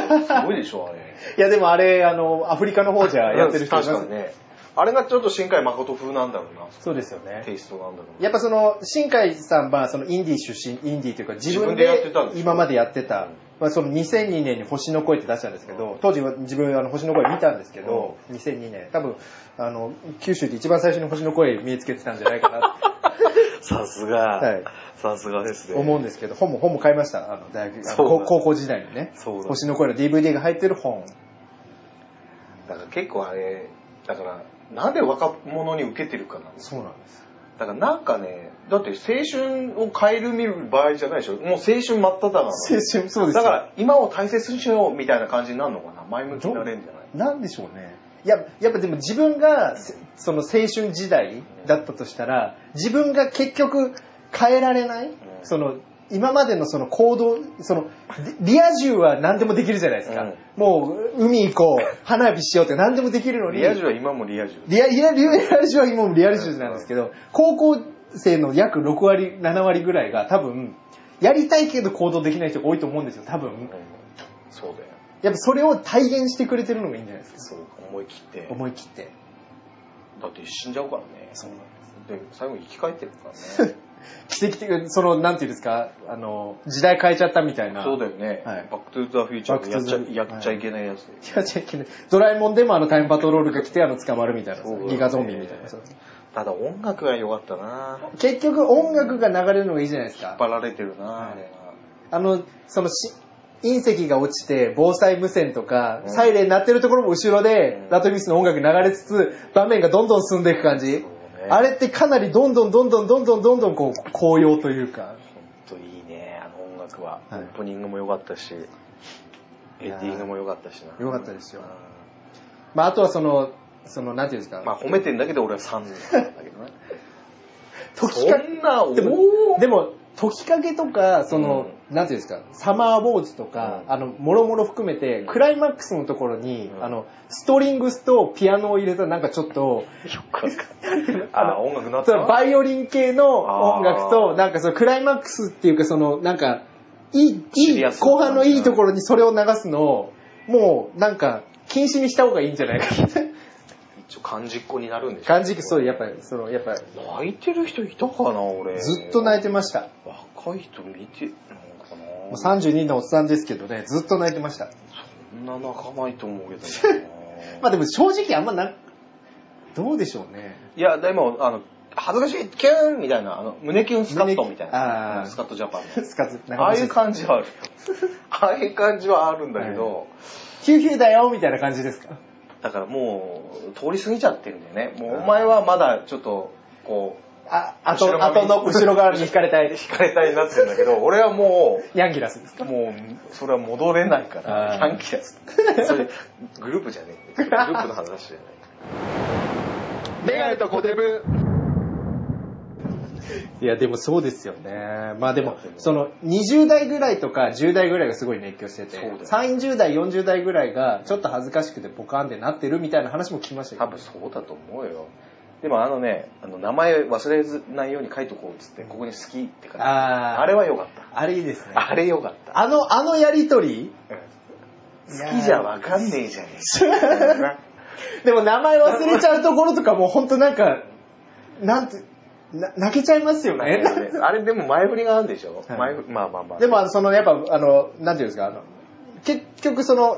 Speaker 4: ごいでしょあれ。
Speaker 3: いやでもあれ、あの、アフリカの方じゃやってる人いま
Speaker 4: 確
Speaker 3: す
Speaker 4: かにね。あれがちょっと新海誠風なんだろうな。
Speaker 3: そうですよね
Speaker 4: テ。イストなんだろうな。
Speaker 3: やっぱその、新海さんは、その、インディー出身、インディーというか、自分
Speaker 4: 自分でやって
Speaker 3: で
Speaker 4: たんです、よ
Speaker 3: 今までやってた、まあ、その2002年に星の声って出したんですけど、当時は自分、あの、星の声見たんですけど、2002年、多分、あの、九州で一番最初に星の声見つけてたんじゃないかなって
Speaker 4: さすが、
Speaker 3: はい
Speaker 4: さすが [LAUGHS] ですね。
Speaker 3: 思うんですけど、本も、本も買いました。あの、大学、あの
Speaker 4: そうだ
Speaker 3: 高高校時代にね。
Speaker 4: そうだ
Speaker 3: 星の声の DVD が入ってる本。
Speaker 4: だから結構あれ、だから、なんで若者に受けてるかなんです。
Speaker 3: そうなんです。
Speaker 4: だからなんかね、だって青春を変える見る場合じゃないでしょ。もう青春真っ只中なの。
Speaker 3: 青春、そうです。
Speaker 4: だから今を大切にしようみたいな感じになるのかな。前向きになれるんじゃない
Speaker 3: なんでしょうね。いや、やっぱでも自分が、せその青春時代だったとしたら、自分が結局変えられない、その、今までのその行動、その、リリア充は何でもできるじゃないですか。
Speaker 4: うん
Speaker 3: もう、海行こう、花火しようって何でもできるのに、
Speaker 4: リア充は今もリア充。
Speaker 3: リア、リア、リアルジュは今もリアルジュなんですけど、高校生の約6割、7割ぐらいが多分、やりたいけど行動できない人が多いと思うんですよ、多分。
Speaker 4: そうだよ。
Speaker 3: やっぱそれを体現してくれてるのがいいんじゃないです
Speaker 4: そう、思い切って
Speaker 3: か。。思い切って。
Speaker 4: だって死んじゃうからね。
Speaker 3: そうなんで
Speaker 4: で、最後生き返ってるからね。
Speaker 3: す。奇跡的、その、なんていうんですか、あの、時代変えちゃったみたいな。
Speaker 4: そうだよ
Speaker 3: [LAUGHS]
Speaker 4: ね。
Speaker 3: はい
Speaker 4: バックトゥーザフューチャー
Speaker 3: バックトゥーザ
Speaker 4: でやっちゃやっちゃいけないやつで。
Speaker 3: [LAUGHS] いや違う違うドラえもんでもあのタイムパトロールが来てあの捕まるみたい
Speaker 4: そうだよ
Speaker 3: な。
Speaker 4: ね
Speaker 3: ギガゾンビみたいな。そう
Speaker 4: ただ音楽が良かったな
Speaker 3: 結局音楽が流れるのがいいじゃないですか
Speaker 4: 引っ。張られてるなあれが。
Speaker 3: あの、そのし、隕石が落ちて防災無線とか、
Speaker 4: うん
Speaker 3: サイレン鳴ってるところも後ろで、
Speaker 4: うん
Speaker 3: ラトビウスの音楽流れつつ、場面がどんどん進んでいく感じ。
Speaker 4: そうね
Speaker 3: あれってかなりどんどんどんどんどんどんどんどんこう、紅葉というか。
Speaker 4: ほんといいね、あの音楽は。
Speaker 3: はい
Speaker 4: オープニングも良かったし、エ
Speaker 3: いや
Speaker 4: ン
Speaker 3: ー
Speaker 4: ディングも良かったしな。
Speaker 3: 良かったですよ
Speaker 4: う
Speaker 3: まあ、あとはその、その、なんていうんですか。
Speaker 4: んまあ褒めてんだけど俺は3なんだけどね。
Speaker 3: 時
Speaker 4: そ
Speaker 3: か
Speaker 4: んな、
Speaker 3: でも
Speaker 4: おー
Speaker 3: でも、時影とか、その、なんていうんですか、サマーウォーズとか、
Speaker 4: うん
Speaker 3: あの、もろもろ含めて、クライマックスのところに、
Speaker 4: うん
Speaker 3: あの、ストリングスとピアノを入れたなんかちょっと、 [LAUGHS]
Speaker 4: あ、音楽なっ
Speaker 3: そ
Speaker 4: てた
Speaker 3: のバイオリン系の音楽
Speaker 4: あ
Speaker 3: と、
Speaker 4: ー
Speaker 3: なんかそのクライマックスっていうかその、なんか、いい、い
Speaker 4: シ
Speaker 3: い、
Speaker 4: リアスな
Speaker 3: 後半のいいところにそれを流すのを、もうなんか、禁止にした方がいいんじゃないかみたいな
Speaker 4: 一応漢字っ子になるんでしょ
Speaker 3: 感じ、そう、やっぱり、その、やっぱり、
Speaker 4: 泣いてる人いたかな、俺。
Speaker 3: ずっと泣いてました。
Speaker 4: 若い人見て、なんか
Speaker 3: も
Speaker 4: な
Speaker 3: う32のおっさんですけどね、ずっと泣いてました。
Speaker 4: そんな仲間いと思うけどな
Speaker 3: まあでも正直あんまな、どうでしょうね。
Speaker 4: [LAUGHS] いや、でも、あの、恥ずかしい、キューンみたいな、あの、胸キュンスカットみたい
Speaker 3: 胸あ
Speaker 4: な。
Speaker 3: ー
Speaker 4: うんスカットジャパ [LAUGHS] ン
Speaker 3: スカツ、なん
Speaker 4: の。
Speaker 3: か
Speaker 4: ああいう感じはあ [LAUGHS] る。ああいう感じはあるんだけど、
Speaker 3: 救急だよみたいな感じですか
Speaker 4: だからもう、通り過ぎちゃってるんだよね。もう、お前はまだちょっと、こう、
Speaker 3: あ、あ
Speaker 4: 後ろ
Speaker 3: と、あ
Speaker 4: 髪
Speaker 3: との後ろ側に惹かれたい。
Speaker 4: 惹かれたいになってるんだけど、 [LAUGHS] 俺はもう、
Speaker 3: ヤンギラスですか
Speaker 4: もう、それは戻れないか
Speaker 3: あ
Speaker 4: ら、
Speaker 3: ー
Speaker 4: 短期です。それ、グループじゃねえ。グループの話じゃない。メガネとコテブ。
Speaker 3: いや、でもそうですよね。まあで
Speaker 4: い
Speaker 3: も
Speaker 4: やで、も
Speaker 3: その、20代ぐらいとか10代ぐらいがすごい熱狂してて
Speaker 4: そうだよ、
Speaker 3: 30代、40代ぐらいがちょっと恥ずかしくてポカーンってなってるみたいな話も聞きました
Speaker 4: 多
Speaker 3: けど
Speaker 4: 分。そうだと思うよ。でもあのね、あの名前忘れずないように書いとこうっつって、ここに好きって書いてあ
Speaker 3: あー
Speaker 4: れは良かった。
Speaker 3: あれいいですね。
Speaker 4: あれ良かった。
Speaker 3: あの、あのやりとり
Speaker 4: 好きじゃわかんねえじゃね [LAUGHS]
Speaker 3: でも名前忘れちゃうところとかもうほんとなんか、なんて、な泣けちゃいますよね。
Speaker 4: え。あれでも前振りがあるんでしょ
Speaker 3: はい
Speaker 4: 前振りまあまあまあ。
Speaker 3: でも、あのその、やっぱ、あの、なんていうんですか、あの、結局その、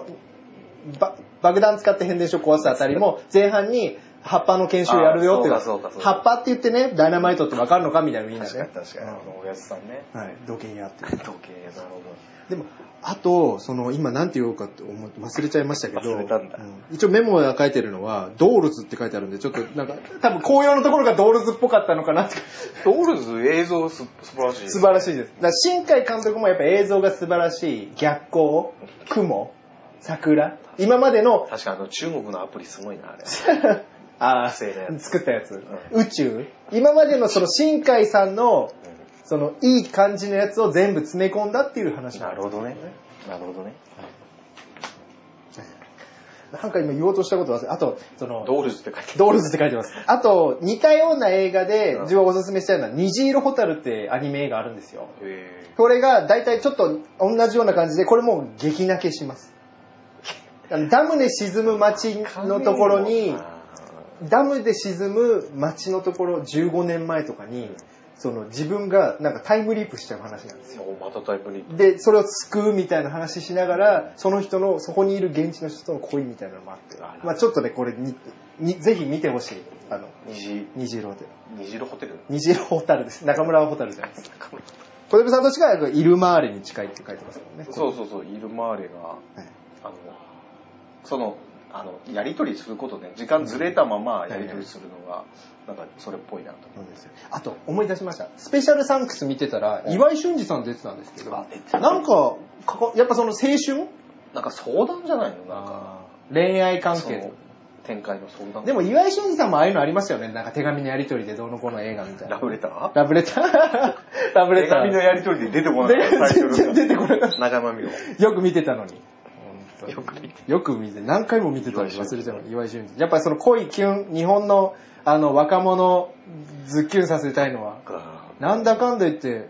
Speaker 3: ば爆弾使って変電所壊すあたりも、前半に、葉っぱの研修やるよって
Speaker 4: あーそうかそうかそうか
Speaker 3: 葉っぱって言ってね、ダイナマイトってわかるのかみたいなみんなね。
Speaker 4: 確かに確かに。あのおやつさんね。
Speaker 3: に。はい、土建やって。
Speaker 4: 時計だろ
Speaker 3: でも、あと、その、今なんて言おうかって思って忘れちゃいましたけど、
Speaker 4: 忘れたんだ
Speaker 3: う一応メモが書いてるのは、ドールズって書いてあるんで、ちょっとなんか、多分紅葉のところがドールズっぽかったのかなって。
Speaker 4: ドールズ映像す素晴らし
Speaker 3: [LAUGHS]
Speaker 4: い。
Speaker 3: 素晴らしいです。だから新海監督もやっぱ映像が素晴らしい。逆光、雲、桜。今まで [LAUGHS] の、
Speaker 4: 確かあの中国のアプリすごいな、あれ。
Speaker 3: あ
Speaker 4: 作成のや
Speaker 3: ー
Speaker 4: つ
Speaker 3: 作ったやつ、宇宙。今までのその新海さんの、そのいい感じのやつを全部詰め込んだっていう話
Speaker 4: なる
Speaker 3: ほ
Speaker 4: ほどね。なるほどね。
Speaker 3: ど。なんか今言おうとしたこと忘れ、あと、その、
Speaker 4: ドールズって書いて
Speaker 3: ドールズって書いてます。あと、似たような映画で
Speaker 4: うん
Speaker 3: 自分がおすすめしたいのは、虹色ホタルってアニメ映画あるんですよ。
Speaker 4: ある。へ
Speaker 3: これが大体ちょっと同じような感じで、これもう激泣けします。あのダムで沈む街のところに、ダムで沈む街のところ15年前とかに、その自分がなんかタイムリープしちゃう話なんですよ。
Speaker 4: そうまたタイプに。
Speaker 3: で、それを救うみたいな話しながら、その人の、そこにいる現地の人との恋みたいなのもあって、
Speaker 4: あら
Speaker 3: まあちょっとね、これに、にぜひ見てほしい。あの、
Speaker 4: 虹、
Speaker 3: 虹色で。
Speaker 4: 虹色ホテル。
Speaker 3: 虹色ホタルです。中村ホタルじゃないです。小出さんと近いイルマーレに近いって書いてますもんね。
Speaker 4: そうそうそう、イルマーレが、
Speaker 3: はい
Speaker 4: あの、その、あの、やりとりすることね、時間ずれたままやりとりするのが、なんかそれっぽいなと。
Speaker 3: そうですよあと思い出しましたスペシャルサンクス見てたら
Speaker 4: うん
Speaker 3: 岩井俊二さん出てたんですけど
Speaker 4: あ出てた
Speaker 3: なんかかかやっぱその青春
Speaker 4: なんか相談じゃないのなんか、
Speaker 3: 恋愛関
Speaker 4: そ
Speaker 3: 係
Speaker 4: の展開の相談。
Speaker 3: でも岩井俊二さんもああいうのありますよねなんか手紙のやり取りでどうのこうの映画みたい
Speaker 4: ラ
Speaker 3: な
Speaker 4: ブレター
Speaker 3: ラブレター [LAUGHS] ラブレ
Speaker 4: 手
Speaker 3: タ
Speaker 4: 紙の
Speaker 3: ー
Speaker 4: やりとりで出てこなかった、
Speaker 3: で [LAUGHS] 全然出てこなかっ
Speaker 4: 中山美穂。
Speaker 3: た [LAUGHS] よく見てたのに
Speaker 4: よく見て
Speaker 3: よく見て何回も見てたのに忘れちゃうの岩井俊二やっぱりその恋キュン日本のあの若者ズッキュンさせたいのはなんだかんだ言って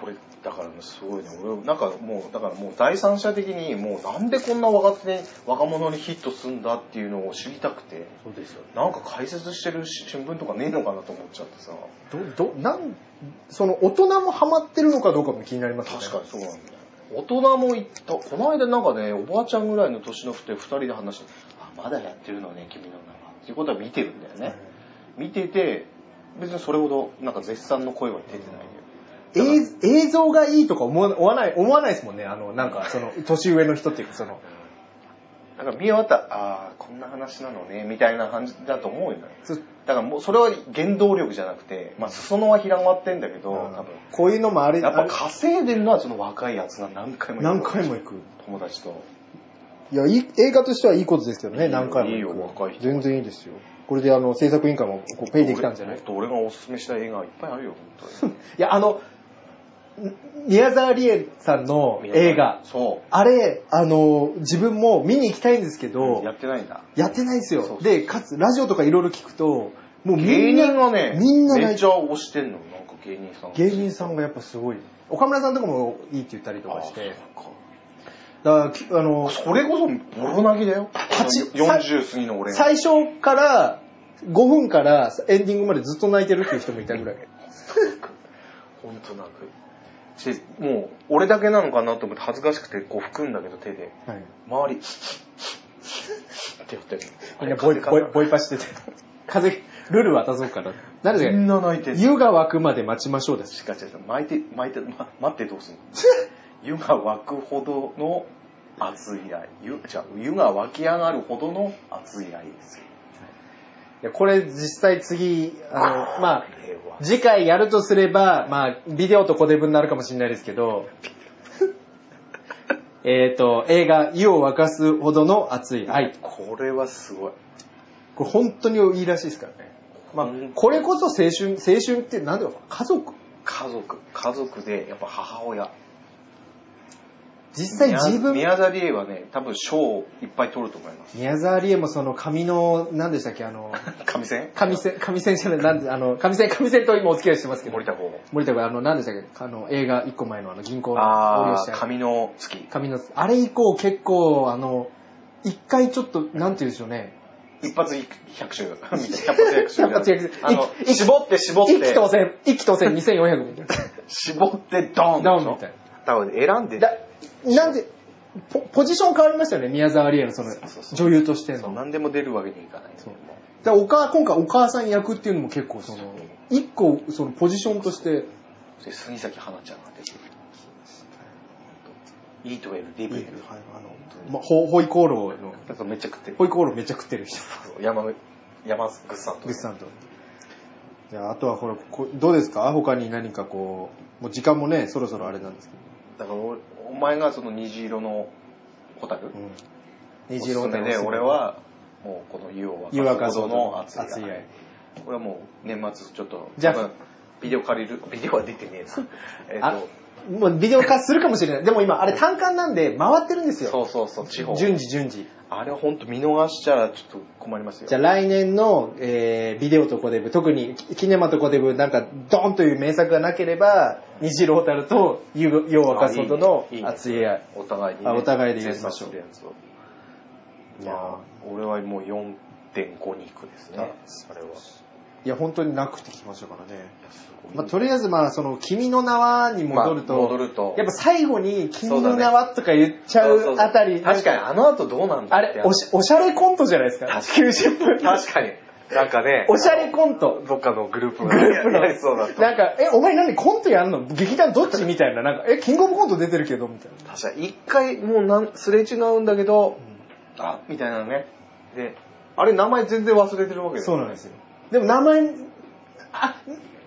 Speaker 4: これ、だからね、すごいね。俺、なんかもう、だからもう第三者的に、もうなんでこんな若手、若者にヒットすんだっていうのを知りたくて、
Speaker 3: そうですよ
Speaker 4: なんか解説してるし新聞とかねえのかなと思っちゃってさ。
Speaker 3: ど、ど、なん、その大人もハマってるのかどうかも気になりますよね。
Speaker 4: 確かにそうなんだよ。大人も行った。この間なんかね、おばあちゃんぐらいの年の人二人で話して、あ、まだやってるのね、君の名は。っていうことは見てるんだよね。見てて、別にそれほど、なんか絶賛の声は出てないよ。
Speaker 3: 映映像がいいとか思わ思わない、思わないですもんね。あの、なんか、その、年上の人っていうか、その、
Speaker 4: なんか見終わったら、ああー、こんな話なのね、みたいな感じだと思うよね。
Speaker 3: つ
Speaker 4: だからもうそれは原動力じゃなくて、まあ裾野は広がってんだけど、多分。
Speaker 3: こういうのもあれ、
Speaker 4: やっ
Speaker 3: あ
Speaker 4: ぱ
Speaker 3: れ
Speaker 4: 稼いでるのはその若いやつが何回も
Speaker 3: 何回も行く。
Speaker 4: 友達と。
Speaker 3: いや、いい映画としてはいいことですけどね、
Speaker 4: いいよ
Speaker 3: 何回も行く。
Speaker 4: いいよ若い人
Speaker 3: 全然いいですよ。これで、あの、制作委員会もこうペイできたんじゃない [LAUGHS]
Speaker 4: もっと俺がおすすめしたい映画いっぱいあるよ、本当に。
Speaker 3: いや、あの、宮沢りえさんの映画、
Speaker 4: そ
Speaker 3: あれ、あの、自分も見に行きたいんですけど、
Speaker 4: う。やってないんだ。
Speaker 3: やってないんですよ。
Speaker 4: そうそう
Speaker 3: で、かつ、ラジオとかいろいろ聞くと、もう
Speaker 4: 芸
Speaker 3: みんな、
Speaker 4: 人がね、
Speaker 3: みんな
Speaker 4: め
Speaker 3: 泣
Speaker 4: っ
Speaker 3: い
Speaker 4: ちゃ推してんの。なんか芸人さん。
Speaker 3: 芸人さんがやっぱすごい。岡村さんとかもいいって言ったりとかして。
Speaker 4: あそっか
Speaker 3: だからき、あの、
Speaker 4: それこそボロ泣きだよ。
Speaker 3: 八
Speaker 4: 40過ぎの俺が。
Speaker 3: 最初から5分からエンディングまでずっと泣いてるっていう人もいたぐらい。
Speaker 4: 本当なく。しもう、俺だけなのかなと思って恥ずかしくて、こう拭くんだけど手で。
Speaker 3: はい。
Speaker 4: 周り、って言ってる。
Speaker 3: みんなボイ、ボイ、ボイパしてて。風邪、ルール渡そうかな。なの
Speaker 4: みん
Speaker 3: で、
Speaker 4: な泣いてる。
Speaker 3: 湯が沸くまで待ちましょうです。
Speaker 4: しかし、巻いて、巻いて、ま、待ってどうすんの湯が沸くほどの熱い愛。湯、じゃあ湯が沸き上がるほどの熱い愛ですよ。
Speaker 3: いやこれ実際次、あの、まあ
Speaker 4: こ、れは。
Speaker 3: 次回やるとすれば、まあ、ビデオとコデブになるかもしれないですけ [LAUGHS] ど、えっと、映画、湯を沸かすほどの熱い愛。
Speaker 4: これはすごい。
Speaker 3: これ本当にいいらしいですからね。まあ、これこそ青春、青春って何だろう、家族
Speaker 4: 家族、家族で、やっぱ母親。
Speaker 3: 実際自分、
Speaker 4: 宮宮沢りえはね、多分賞をいっぱい取ると思います。
Speaker 3: 宮沢りえもその髪の、何でしたっけ、あの、
Speaker 4: 神戦
Speaker 3: 神線、神線じゃない、なんで、あの、神線、神線と今お付き合いしてますけど、
Speaker 4: 森田剛。
Speaker 3: 森田君、あの、何でしたっけ、あの、映画一個前のあの、銀行の横領
Speaker 4: あ
Speaker 3: し
Speaker 4: あ、
Speaker 3: た
Speaker 4: 髪の月。
Speaker 3: 髪の、あれ以降結構、あの、一回ちょっと、なんて言うんでしょうね、
Speaker 4: 一発
Speaker 3: [LAUGHS]
Speaker 4: 百中。百発百中。
Speaker 3: 百発百中
Speaker 4: あの、
Speaker 3: 一
Speaker 4: 絞って絞っ
Speaker 3: 一気
Speaker 4: て、
Speaker 3: 当選、一気当選2400みたい
Speaker 4: [LAUGHS] 絞ってドン
Speaker 3: な。ダウンみたい
Speaker 4: 多分選んで
Speaker 3: な。だなんで、ポポジション変わりましたよね、宮沢りえのその
Speaker 4: そうそう、そう
Speaker 3: 女優としての。
Speaker 4: 何でも出るわけにいかない、ね
Speaker 3: そう。だからお母今回お母さん役っていうのも結構その、一個そのポジションとして、
Speaker 4: で杉崎花ちゃんが出てくる。イートウェル、リブエル。
Speaker 3: あの、ま、ホホイコーローの、
Speaker 4: なんかめっちゃ食ってる。
Speaker 3: ホイコーローめっちゃ食ってる人、
Speaker 4: 山、山口さんと。
Speaker 3: グッさんと。じゃあ、あとはほら、こどうですか他に何かこう、もう時間もね、そろそろあれなんですけ
Speaker 4: だからおお前がその虹色のホタル
Speaker 3: ど。うん。虹色の
Speaker 4: おすすめで俺、はもうこの湯を
Speaker 3: 湯沸かすほ
Speaker 4: ほど
Speaker 3: どの
Speaker 4: の熱い
Speaker 3: 熱い愛。
Speaker 4: これはもう年末ちょっと
Speaker 3: じゃあ
Speaker 4: 多分ビデオ借りるビデオは出てねえな [LAUGHS] え
Speaker 3: あ
Speaker 4: っと
Speaker 3: もうビデオ化するかもしれない。でも今、あれ単管なんで回ってるんです
Speaker 4: そ
Speaker 3: よ。
Speaker 4: うそうそう地方
Speaker 3: 順次順次。
Speaker 4: あれは本当見逃したらちょっと困りますよ
Speaker 3: じゃあ来年の、えービデオとコデブ、特にキキネマとコデブ、なんかドーンという名作がなければ、虹郎たると湯を沸かすほどの
Speaker 4: あいいねいいね
Speaker 3: 熱い愛。
Speaker 4: お互いに、
Speaker 3: あお互いで言いましょう
Speaker 4: 全殺するやつを
Speaker 3: いや
Speaker 4: まあ俺はもう4.5に行くですね
Speaker 3: あ
Speaker 4: あれはい
Speaker 3: や、本当になくてきましたからね。まあ、
Speaker 4: ま
Speaker 3: とりあえず、まあ、その、君の名はに戻ると、
Speaker 4: まあ戻ると
Speaker 3: やっぱ最後に、君の名はとか言っちゃうあたり、
Speaker 4: 確かに
Speaker 3: なん
Speaker 4: あの後どうなんだ
Speaker 3: あ
Speaker 4: って
Speaker 3: れ
Speaker 4: やつ
Speaker 3: おし、おしゃれコントじゃないですか。90分。
Speaker 4: 確かになんかね
Speaker 3: おしゃれコント。
Speaker 4: どっかのグループ
Speaker 3: グループの
Speaker 4: やりそうだった。
Speaker 3: なんか、え、お前何コントやんの劇団どっちみたいな。なんか、え、キングオブコント出てるけどみたいな。
Speaker 4: 確かに、一回もうなんすれ違うんだけど、あ、みたいなのね。で、あれ名前全然忘れてるわけだよ
Speaker 3: そうなんですよ。でも名前、あ、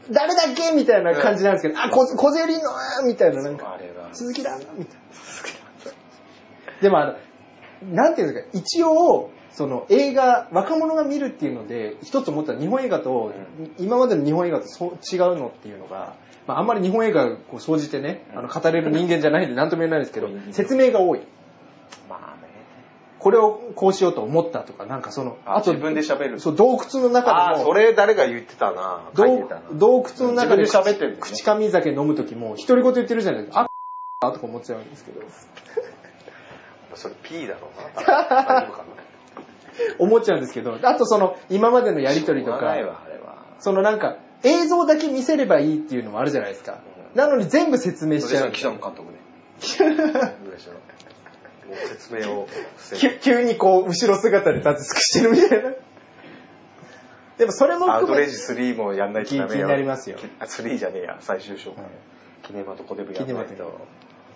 Speaker 3: 誰だっけみたいな感じなんですけど、あ、こ小競りの、あみたいな、なんか、
Speaker 4: あれが。
Speaker 3: 鈴木だ、みたいな。でもあの、なんていうんですか、一応、その映画、若者が見るっていうので、一つ思ったのは日本映画と、今までの日本映画とそう違うのっていうのが、まあ、あんまり日本映画を総じてね、あの語れる人間じゃないんで何とも言えないですけど、説明が多い。
Speaker 4: まあね。
Speaker 3: これをこうしようと思ったとか、なんかその、
Speaker 4: あ、自分で喋る。
Speaker 3: そう、洞窟の中
Speaker 4: あ
Speaker 3: で
Speaker 4: そ
Speaker 3: も、
Speaker 4: れ誰が言ってたな。書いて
Speaker 3: 洞
Speaker 4: たな。
Speaker 3: 洞窟の中で
Speaker 4: 自分で喋ってんだよね
Speaker 3: 口噛み酒飲む時も、独り言言ってるじゃないですか。あ、あとか思っちゃうんですけど、
Speaker 4: それ P だろう [LAUGHS] な。大丈夫かな
Speaker 3: 思っちゃうんですけど、あとその、今までのやりとりと
Speaker 4: しょうが
Speaker 3: か
Speaker 4: ない、わ、あれは。
Speaker 3: そのなんか、映像だけ見せればいいっていうのもあるじゃないですか。
Speaker 4: うん
Speaker 3: なのに全部説明し
Speaker 4: そ
Speaker 3: ち
Speaker 4: れ
Speaker 3: ゃ
Speaker 4: の
Speaker 3: う。
Speaker 4: 北野監 [LAUGHS] 督ね。嬉しいなもう説明を防 [LAUGHS] ぐ
Speaker 3: 急急にこう、後ろ姿で立つ尽くしてるみた [LAUGHS] いな。でもそれも
Speaker 4: アウト
Speaker 3: 含
Speaker 4: レイ
Speaker 3: め
Speaker 4: ジ3もやんないとダメよ。
Speaker 3: 気になりますよ
Speaker 4: あ、3じゃねえや、最終章。キネマとコデブやんない
Speaker 3: キネマ
Speaker 4: と。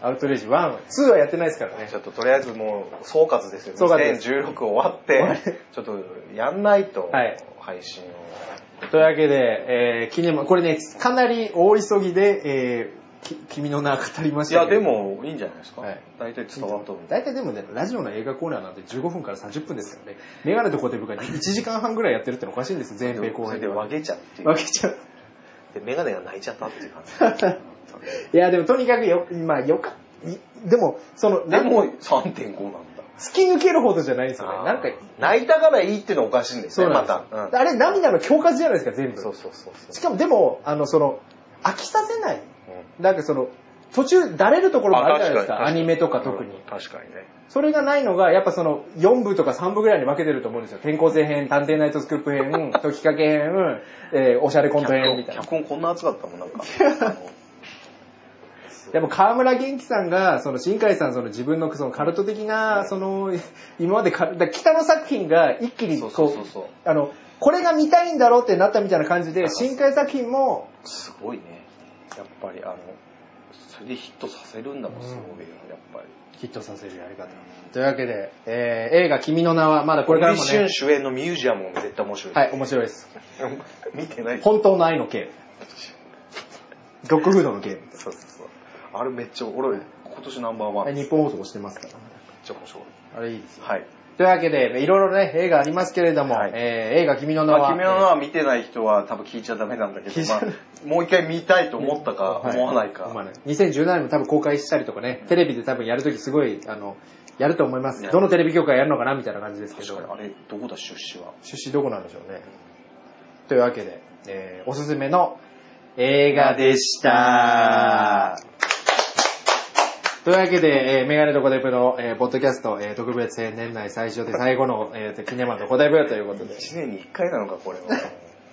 Speaker 3: アウトレイジ1、2はやってないですからね
Speaker 4: ち。ょっととりあえずもう総括ですよ。
Speaker 3: 総括です
Speaker 4: 2016終わって、ちょっとやんないと
Speaker 3: はい、
Speaker 4: 配信を。
Speaker 3: というわけで、えー、キネマ、これね、かなり大急ぎで、えー、き君の名語りまし
Speaker 4: い
Speaker 3: た
Speaker 4: や、
Speaker 3: けど。
Speaker 4: で、もいいんじゃないですか
Speaker 3: はい。
Speaker 4: 大体伝わったと思う。
Speaker 3: 大体でもね、ラジオの映画コーナーなんて15分から30分ですからね。メガネとコテブが1時間半ぐらいやってるってのおかしいんですよ、前編後
Speaker 4: それ
Speaker 3: 編
Speaker 4: [LAUGHS] で
Speaker 3: で。分
Speaker 4: 分けちゃうっていう。
Speaker 3: けちゃう。 [LAUGHS]
Speaker 4: で、メガネが泣いちゃったっていう感じ。ですよね。
Speaker 3: いや、でもとにかくよ、まあよかいでも、その、
Speaker 4: で
Speaker 3: なん
Speaker 4: も3.5なんだ。
Speaker 3: 突き抜けるほどじゃないですよね。
Speaker 4: あー
Speaker 3: なんか、
Speaker 4: 泣いたからいいっていうのはおかしいんです
Speaker 3: そう
Speaker 4: ね、
Speaker 3: な
Speaker 4: ま
Speaker 3: んです
Speaker 4: た
Speaker 3: よ。
Speaker 4: うん
Speaker 3: あれ、涙の恐喝じゃないですか、全部。
Speaker 4: そうそうそう
Speaker 3: し
Speaker 4: そ
Speaker 3: かも、でも、あの、その、飽きさせない。
Speaker 4: う。うん
Speaker 3: なんかその、途中、だれるところもあるじゃないですか、
Speaker 4: あ確かに確か
Speaker 3: ア
Speaker 4: に
Speaker 3: ニメとか特に。
Speaker 4: うん確かにね。
Speaker 3: それがないのが、やっぱその、4部とか3部ぐらいに分けてると思うんですよ。転校生編、探偵ナイトスクープ編、解きかけ編、えーおしゃれコント [LAUGHS] 編みたいな
Speaker 4: 脚。本こんな熱かったもん、な
Speaker 3: [LAUGHS]
Speaker 4: んか。
Speaker 3: でも河村元気さんが、その新海さん、その自分のそのカルト的な、
Speaker 4: うん
Speaker 3: その、今までカルだから北の作品が一気に
Speaker 4: そ
Speaker 3: こ
Speaker 4: う
Speaker 3: う、
Speaker 4: そうそうそう。
Speaker 3: あの、これが見たいんだろうってなったみたいな感じ
Speaker 4: な
Speaker 3: で、
Speaker 4: んか
Speaker 3: 新海作品も、
Speaker 4: すごいね。やっぱりあの、それでヒットさせるんだもん、すごいよ、やっぱり。
Speaker 3: ヒットさせるやり方。というわけで、えー映画君の名は、まだこれからも
Speaker 4: 森
Speaker 3: ね
Speaker 4: 春、主演のミュージアムも絶対面白い。
Speaker 3: はい、面白いです。
Speaker 4: [LAUGHS] 見てない。
Speaker 3: 本当の愛の刑。ドッグフードの刑。
Speaker 4: そうそうそう。あれめっちゃ、俺、今年ナンバーワン。めっ
Speaker 3: 日本放送してますから。
Speaker 4: ちゃ面白い。
Speaker 3: あれいいですよ。
Speaker 4: はい。
Speaker 3: というわけで、いろいろね、映画ありますけれども、
Speaker 4: はい
Speaker 3: えー映画君の名
Speaker 4: ま
Speaker 3: は、
Speaker 4: あ、君の名は見てない人は多分聞いちゃダメなんだけ
Speaker 3: 聞い
Speaker 4: ど、
Speaker 3: ちゃ
Speaker 4: まあ、もう一回見たいと思ったか
Speaker 3: はい
Speaker 4: 思わないか。
Speaker 3: 思わない2017年も多分公開したりとかね、テレビで多分やるときすごい、あの、やると思います。
Speaker 4: ね
Speaker 3: どのテレビ局がやるのかなみたいな感じですけ
Speaker 4: 確
Speaker 3: ど
Speaker 4: かに、、あれ、どこだ、出資は。
Speaker 3: 出資どこなんでしょうね。というわけで、えーおすすめの映画でした。というわけで、えーメガネとコデブの、えーポッドキャスト、えー特別編年内最初で最後の、えー、記念版とコデブということで、
Speaker 4: 1年に1回なのか、これ
Speaker 3: [LAUGHS]
Speaker 4: は。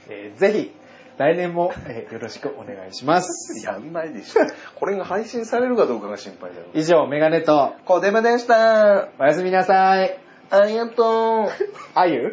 Speaker 3: えーぜひ、来年も、えーよろしくお願いします。
Speaker 4: やんないでしょ。これが配信されるかどうかが心配だよ。
Speaker 3: 以上、メガネと、
Speaker 4: コデマでした。
Speaker 3: おやすみなさい。
Speaker 4: ありがとう。
Speaker 3: あゆ